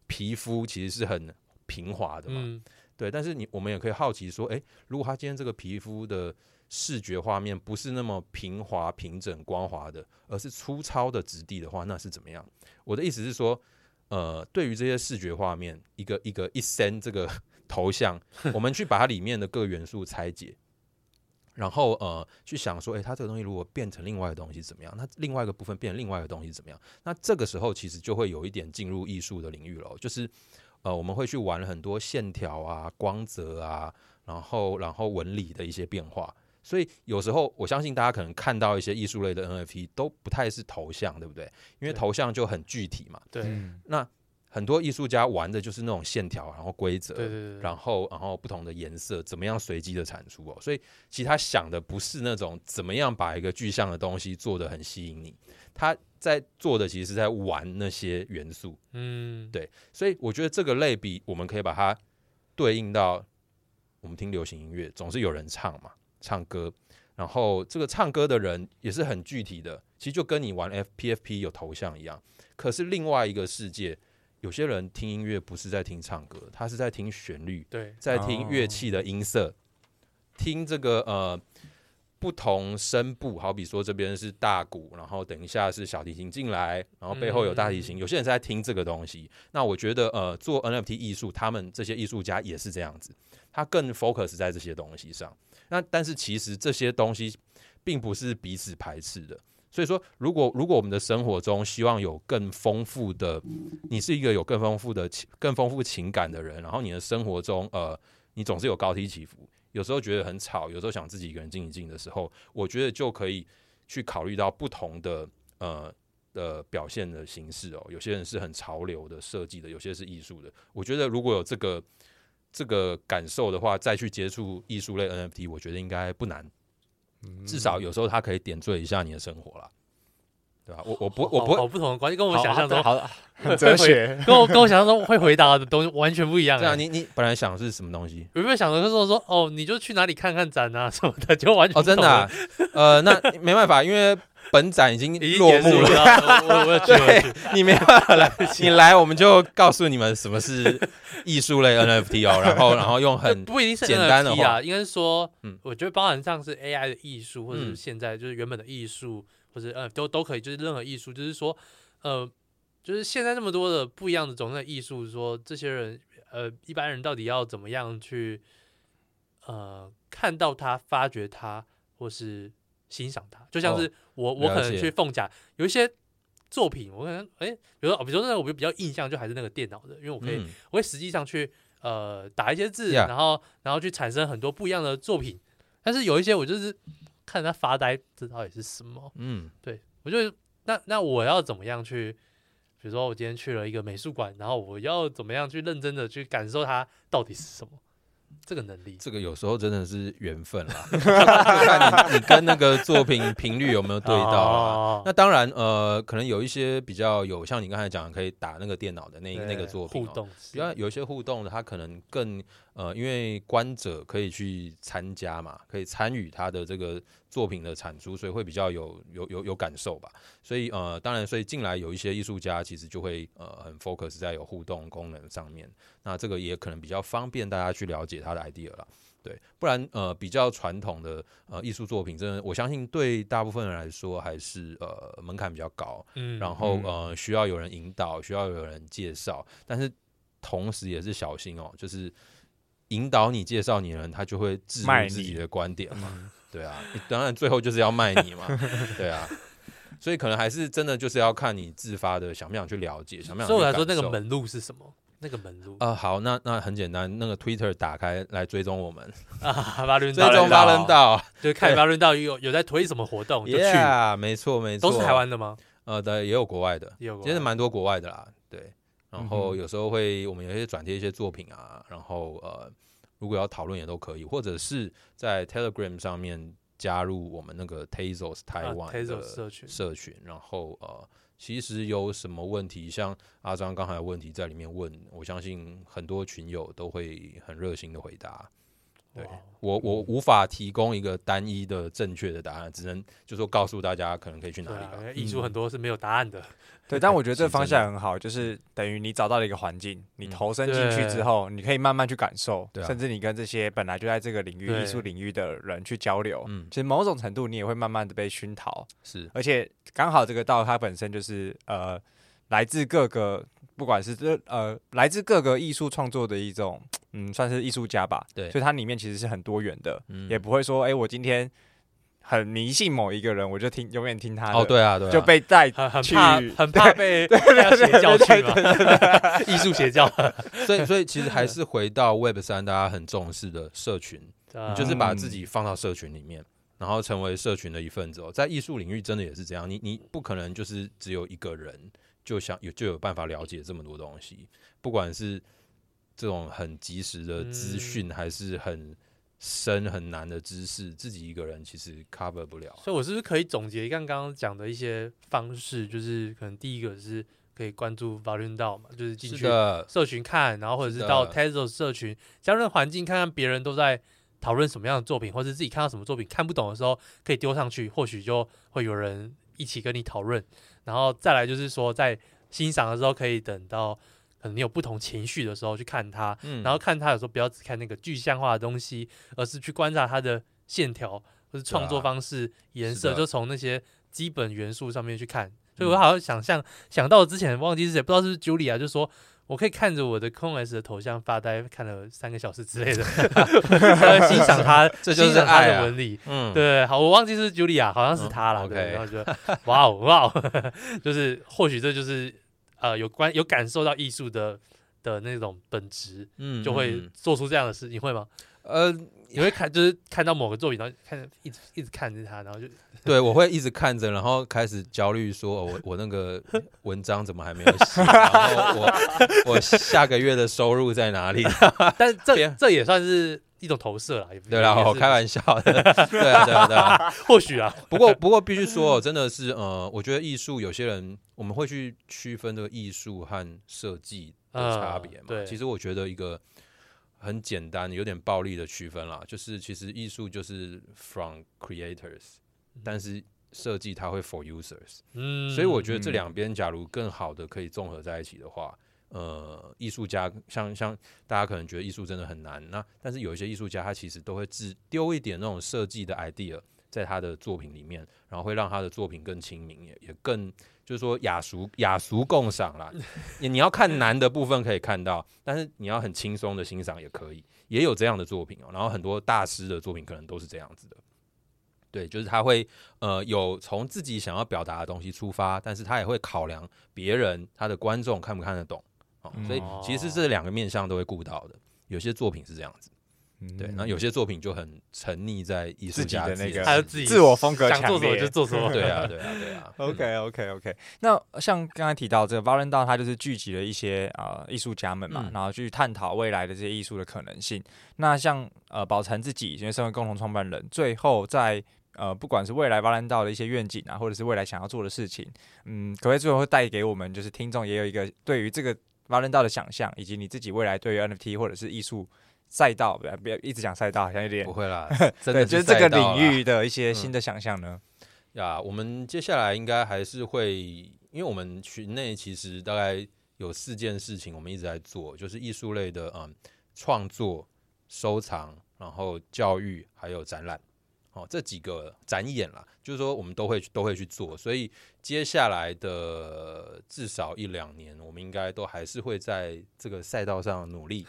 皮肤其实是很平滑的嘛，
嗯，
对，但是你我们也可以好奇说，诶，如果他今天这个皮肤的视觉画面不是那么平滑、平整、光滑的，而是粗糙的质地的话，那是怎么样？我的意思是说，呃，对于这些视觉画面，一个一个一森这个 头像，我们去把它里面的各元素拆解。然后呃，去想说，诶，它这个东西如果变成另外的东西怎么样？那另外一个部分变成另外一个东西怎么样？那这个时候其实就会有一点进入艺术的领域了哦，就是呃，我们会去玩很多线条啊、光泽啊，然后然后纹理的一些变化。所以有时候我相信大家可能看到一些艺术类的 NFT 都不太是头像，对不对？因为
对
头像就很具体嘛。
对，
嗯
那很多艺术家玩的就是那种线条，然后规则，
对对对，
然后然后不同的颜色怎么样随机的产出哦，所以其实他想的不是那种怎么样把一个具象的东西做得很吸引你，他在做的其实是在玩那些元素，
嗯，
对所以我觉得这个类比我们可以把它对应到我们听流行音乐，总是有人唱嘛，唱歌，然后这个唱歌的人也是很具体的，其实就跟你玩 F P F P 有头像一样，可是另外一个世界。有些人听音乐不是在听唱歌，他是在听旋律，
对，
在听乐器的音色，听这个呃不同声部，好比说这边是大鼓，然后等一下是小提琴进来，然后背后有大提琴，有些人是在听这个东西。那我觉得呃做 NFT 艺术，他们这些艺术家也是这样子，他更 focus 在这些东西上。那但是其实这些东西并不是彼此排斥的。所以说，如果如果我们的生活中希望有更丰富的，你是一个有更丰富的情、更丰富情感的人，然后你的生活中，呃，你总是有高低起伏，有时候觉得很吵，有时候想自己一个人静一静的时候，我觉得就可以去考虑到不同的呃的表现的形式哦。有些人是很潮流的设计的，有些是艺术的。我觉得如果有这个这个感受的话，再去接触艺术类 NFT，我觉得应该不难。至少有时候它可以点缀一下你的生活啦，对吧、我我不我
好
不会
好不同的关系，跟我想象中，
好，很哲 学，
跟我跟我想象中会回答的东西完全不一样
对啊，
欸。
你你本来想是什么东 西？
有没有想着就是说说哦，你就去哪里看看展啊什么的，就完全
哦，真的、啊，呃，那没办法，因为本展已经
已经
落
结束
幕了，
了，啊我我要去我 要去，
你没办法来，你来我们就告诉你们什么是艺术类 NFT 哦，然后然后用很
不一定是
简单的
NFT 啊，应该是说，
嗯
我觉得包含像是 AI 的艺术，或者是
嗯
现在就是原本的艺术，或者呃都都可以，就是任何艺术，就是说，呃，就是现在这么多的不一样的种类的艺术，说这些人呃一般人到底要怎么样去呃看到它、发掘它，或是欣赏它？就像
哦
是我、我
了
可能
解
去凤甲有一些。作品我可能哎，比如说，哦比如说那个我就比较印象就还是那个电脑的，因为我可以
嗯
我会实际上去呃打一些字
Yeah
然后然后去产生很多不一样的作品。但是有一些我就是看他发呆，这到底是什么？
嗯
对我就那那我要怎么样去？比如说我今天去了一个美术馆，然后我要怎么样去认真的去感受它到底是什么？这个能力，
这个有时候真的是缘分啦， 就看你你跟那个作品频率有没有对到啦。
哦
那当然，呃，可能有一些比较有像你刚才讲的，可以打那个电脑的那一
对
那个作品、哦，
互动，
比较有一些互动的，它可能更呃，因为观者可以去参加嘛，可以参与他的这个作品的产出，所以会比较有有有有感受吧。所以呃，当然，所以近来有一些艺术家其实就会呃很 focus 在有互动功能上面，那这个也可能比较方便大家去了解他的 idea 啦。对，不然呃比较传统的呃艺术作品，真的我相信对大部分人来说还是呃门槛比较高，
嗯，
然后呃需要有人引导，需要有人介绍，但是同时也是小心哦，就是引导你介绍你的人，他就会置
卖
入自
你
己的观点
嗯
嘛， 对啊，当然最后就是要卖你 嘛，对啊。所以可能还是真的就是要看你自发的想不想去了解，想不想去嗯
所以我来说，
感
那个
受
门路是什么？那个门路
呃好，那那很简单，那个 Twitter 打开来追踪我们，
啊，巴伦
追
道，
踪巴
巴
伦
伦道，
道，
就看
对
巴伦道有有在推什么活动就去，
Yeah，没错没错，
都是台，湾的吗？
呃的也有国外的，
也有过
其实蛮多国外的啦，对。然后
嗯哼
有时候会我们有一些转贴一些作品啊，然后呃，如果要讨论也都可以，或者是在 Telegram 上面加入我们那个 Tazos 台湾
啊，Tezos
的
社群
社群，然后呃，其实有什么问题，像阿张刚才的问题在里面问，我相信很多群友都会很热心的回答。对
哇嗯
我我无法提供一个单一的正确的答案，只能就说告诉大家可能可以去哪
对
里
啊，因
吧。嗯
为艺术很多是没有答 案的，
对，但我觉得这
是真
方
的
向很好，就是等于你找到了一个环境，你
嗯
投身进去之
对
后，你可以慢慢去感受，
对啊
甚至你跟这些本来就在这个领域、
对
艺术领域的人去交流。
嗯，
其实某种程度你也会慢慢的被熏陶，
是
而且刚好这个道它本身就是呃来自各个不管是这呃来自各个艺术创作的一种嗯算是艺术家吧，
对
所以它里面其实是很多元的，
嗯
也不会说哎、我今天很迷信某一个人，我就听永远听他的，
哦，对啊，对啊，
就被带
很很
去
怕很怕被被他邪教去嘛， 艺术邪教，
所以，所以其实还是回到 Web 三，大家很重视的社群，
啊嗯
你就是把自己放到社群里面，然后成为社群的一份子、哦。在艺术领域，真的也是这样，你你不可能就是只有一个人就想有就有办法了解这么多东西，不管是这种很及时的资讯，
嗯
还是很深很难的知识，自己一个人其实 cover 不了啊。
所以我是不是可以总结刚刚讲的一些方式？就是可能第一个是可以关注 v a l u n 道嘛，就是进
是
去
的，
社群看，然后或者是
是
到
的
Tesla 社群加入环境，看看别人都在讨论什么样的作品，或者自己看到什么作品看不懂的时候，可以丢上去，或许就会有人一起跟你讨论。然后再来就是说，在欣赏的时候，可以等到可能你有不同情绪的时候去看它，
嗯
然后看他有时候不要只看那个具象化的东西，而是去观察他的线条或是创作
对啊
方式、颜色，
的嗯
就从那些基本元素上面去看。所以我好像想象、想到之前忘记是谁，不知道是不是 Julia 就说。我可以看着我的 Chrome S 的头像发呆，看了三个小时之 类的，呃欣赏他，
这就是
欣赏他
爱
的
啊
文理。
嗯，
对，好，我忘记是 Julia，好像是
嗯
她了。
OK
对，然后觉得哇哦哇哦， 就是或许这就是呃有关有感受到艺术的的那种本质，
嗯，
就会
嗯
做出这样的事，你会吗？
呃，
你会看，就是看到某个作品，然后看一直一直看着它，然后就
对，我会一直看着，然后开始焦虑，说哦我我那个文章怎么还没有写？ 然后我我下个月的收入在哪里？
但这
别
这也算是一种投射啦，也不
对啦，
也是
我开玩笑的。对啊，对啊，对啊。
或许啊，
不过不过必须说，哦，真的是呃，我觉得艺术有些人我们会去区分这个艺术和设计的差别嘛
嗯。对
其实我觉得一个很简单、有点暴力的区分啦，就是其实艺术就是 from creators，但是设计它会 for users。
嗯，
所以我觉得这两边假如更好的可以综合在一起的话，呃，艺术家像像大家可能觉得艺术真的很难，那但是有一些艺术家他其实都会自丢一点那种设计的 idea 在他的作品里面，然后会让他的作品更亲民，也也更就是说雅俗雅俗共赏啦。你你要看难的部分可以看到，但是你要很轻松的欣赏也可以，也有这样的作品哦。然后很多大师的作品可能都是这样子的。对，就是他会呃有从自己想要表达的东西出发，但是他也会考量别人他的观众看不看得懂哦，
嗯
所以其实是这两个面向都会顾到的。有些作品是这样子，对，然后有些作品就很沉溺在艺术
嗯自己
家
的那
己
个
还有
世
自己
自我风格
想做
强
什么
烈
就做什 么，
界对啊，对啊，对啊。嗯
OK OK OK，那像刚才提到这个 v a l e n t i n 它就是聚集了一些呃艺术家们嘛，
嗯
然后去探讨未来的这些艺术的可能性。那像呃宝蟾自己，因为身为共同创办人，最后在呃不管是未来 v a l e n t i n 的一些愿景啊，或者是未来想要做的事情，嗯，可不可以最后会带给我们就是听众也有一个对于这个 v a l e n t i n 的想象，以及你自己未来对于 NFT 或者是艺术赛道，不要不要一直讲赛道，好像有点
不会 啦，真
对，
的
就是这个
赛道啦嗯
领域的一些新的想象呢。
呀。我们接下来应该还是会，因为我们群内其实大概有四件事情我们一直在做，就是艺术类的嗯创作、收藏，然后教育还有展览。哦，这几个展演啦，就是说我们都会去都会去做，所以接下来的至少一两年，我们应该都还是会在这个赛道上努力。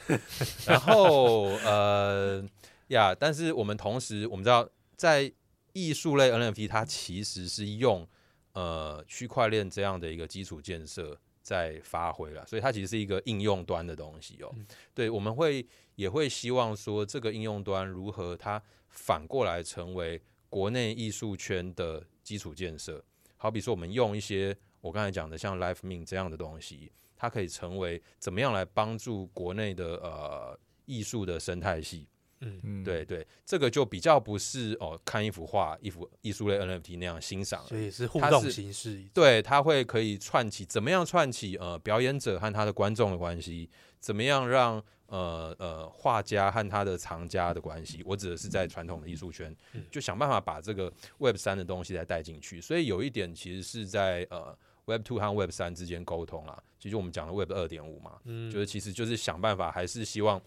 然后呃呀，但是我们同时我们知道，在艺术类 NFT 它其实是用呃区块链这样的一个基础建设在发挥了，所以它其实是一个应用端的东西哦。对，我们会也会希望说，这个应用端如何它反过来成为国内艺术圈的基础建设。好比说，我们用一些我刚才讲的像 Life Min 这样的东西，它可以成为怎么样来帮助国内的呃艺术的生态系。
嗯，
对对，这个就比较不是哦，看一幅画、一幅艺术类 NFT 那样欣赏而已，
所以是互
它
动
是
形式，
对，他会可以串起怎么样串起呃表演者和他的观众的关系，怎么样让呃呃画家和他的藏家的关系，我指的是在传统的艺术圈，就想办法把这个 Web 三的东西再带进去。所以有一点其实是在呃 Web two 和 Web 三之间沟通啦，其实我们讲的 Web 二点五嘛，
嗯，
就是其实就是想办法，还是希望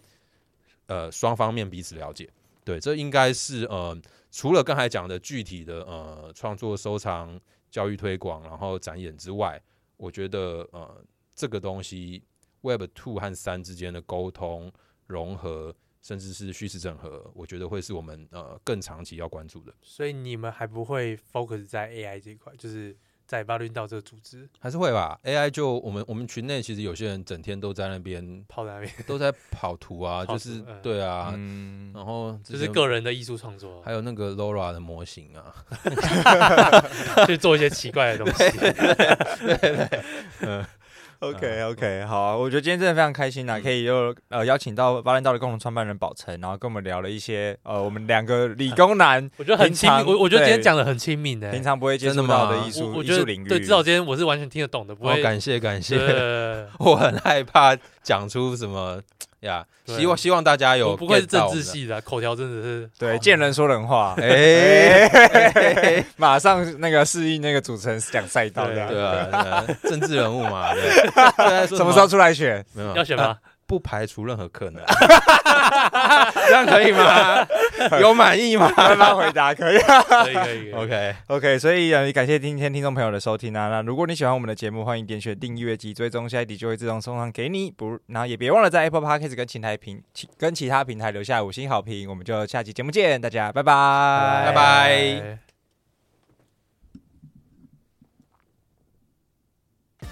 呃双方面彼此了解。对，这应该是呃除了刚才讲的具体的呃创作、收藏、教育推广，然后展演之外，我觉得呃这个东西 Web Two 和三之间的沟通、融合，甚至是虚实整合，我觉得会是我们呃更长期要关注的，
所以你们还不会 focus 在 AI 这一块，就是在巴伦道这个组织
还是会吧？AI 就我们我们群内其实有些人整天都在那边
泡在那边，
都在跑图啊，
跑
就是
图嗯
对啊，
嗯，
然后之
就是
前
个人的艺术创 作
还，有那个 LoRa 的模型啊，
去做一些奇怪的东西。
OK OK，好啊，我觉得今天真的非常开心呐、
嗯
可以又呃邀请到巴兰道的共同创办人宝成，然后跟我们聊了一些呃我们两个理工男
我觉得很亲
平
民，
常
我我觉得今天
对
讲的很亲民的，
平常不会接触
真的吗
到的艺
我
术
我
艺
觉得
术领域，
对，至少今天我是完全听得懂的，不
我
会
哦感谢感谢，
对，
我很害怕讲出什么呀，
对
希望希望大家有
我不愧是
get 到
政
我
治
们的，
系的啊，口条真的是
对
好
见人说人话，
哎，
马上那个示意那个主持人讲赛道
对
的，
对啊，对啊政治人物嘛，对，对啊说
什么时候出来选？
没有
要选？
呃
吗？
不排除任何可能， 这样可以吗？ 有满意吗
慢慢回答可以。
可以可以可以。
？OK，
OK，所以呃，也感谢今天听众朋友的收听啊。那如果你喜欢我们的节目，欢迎点选订阅及追踪，下一集就会自动送上给你。不，然后也别忘了在 Apple Podcast 跟其他平其跟其他平台留下五星好评。我们就下期节目见，大家拜拜，
拜拜。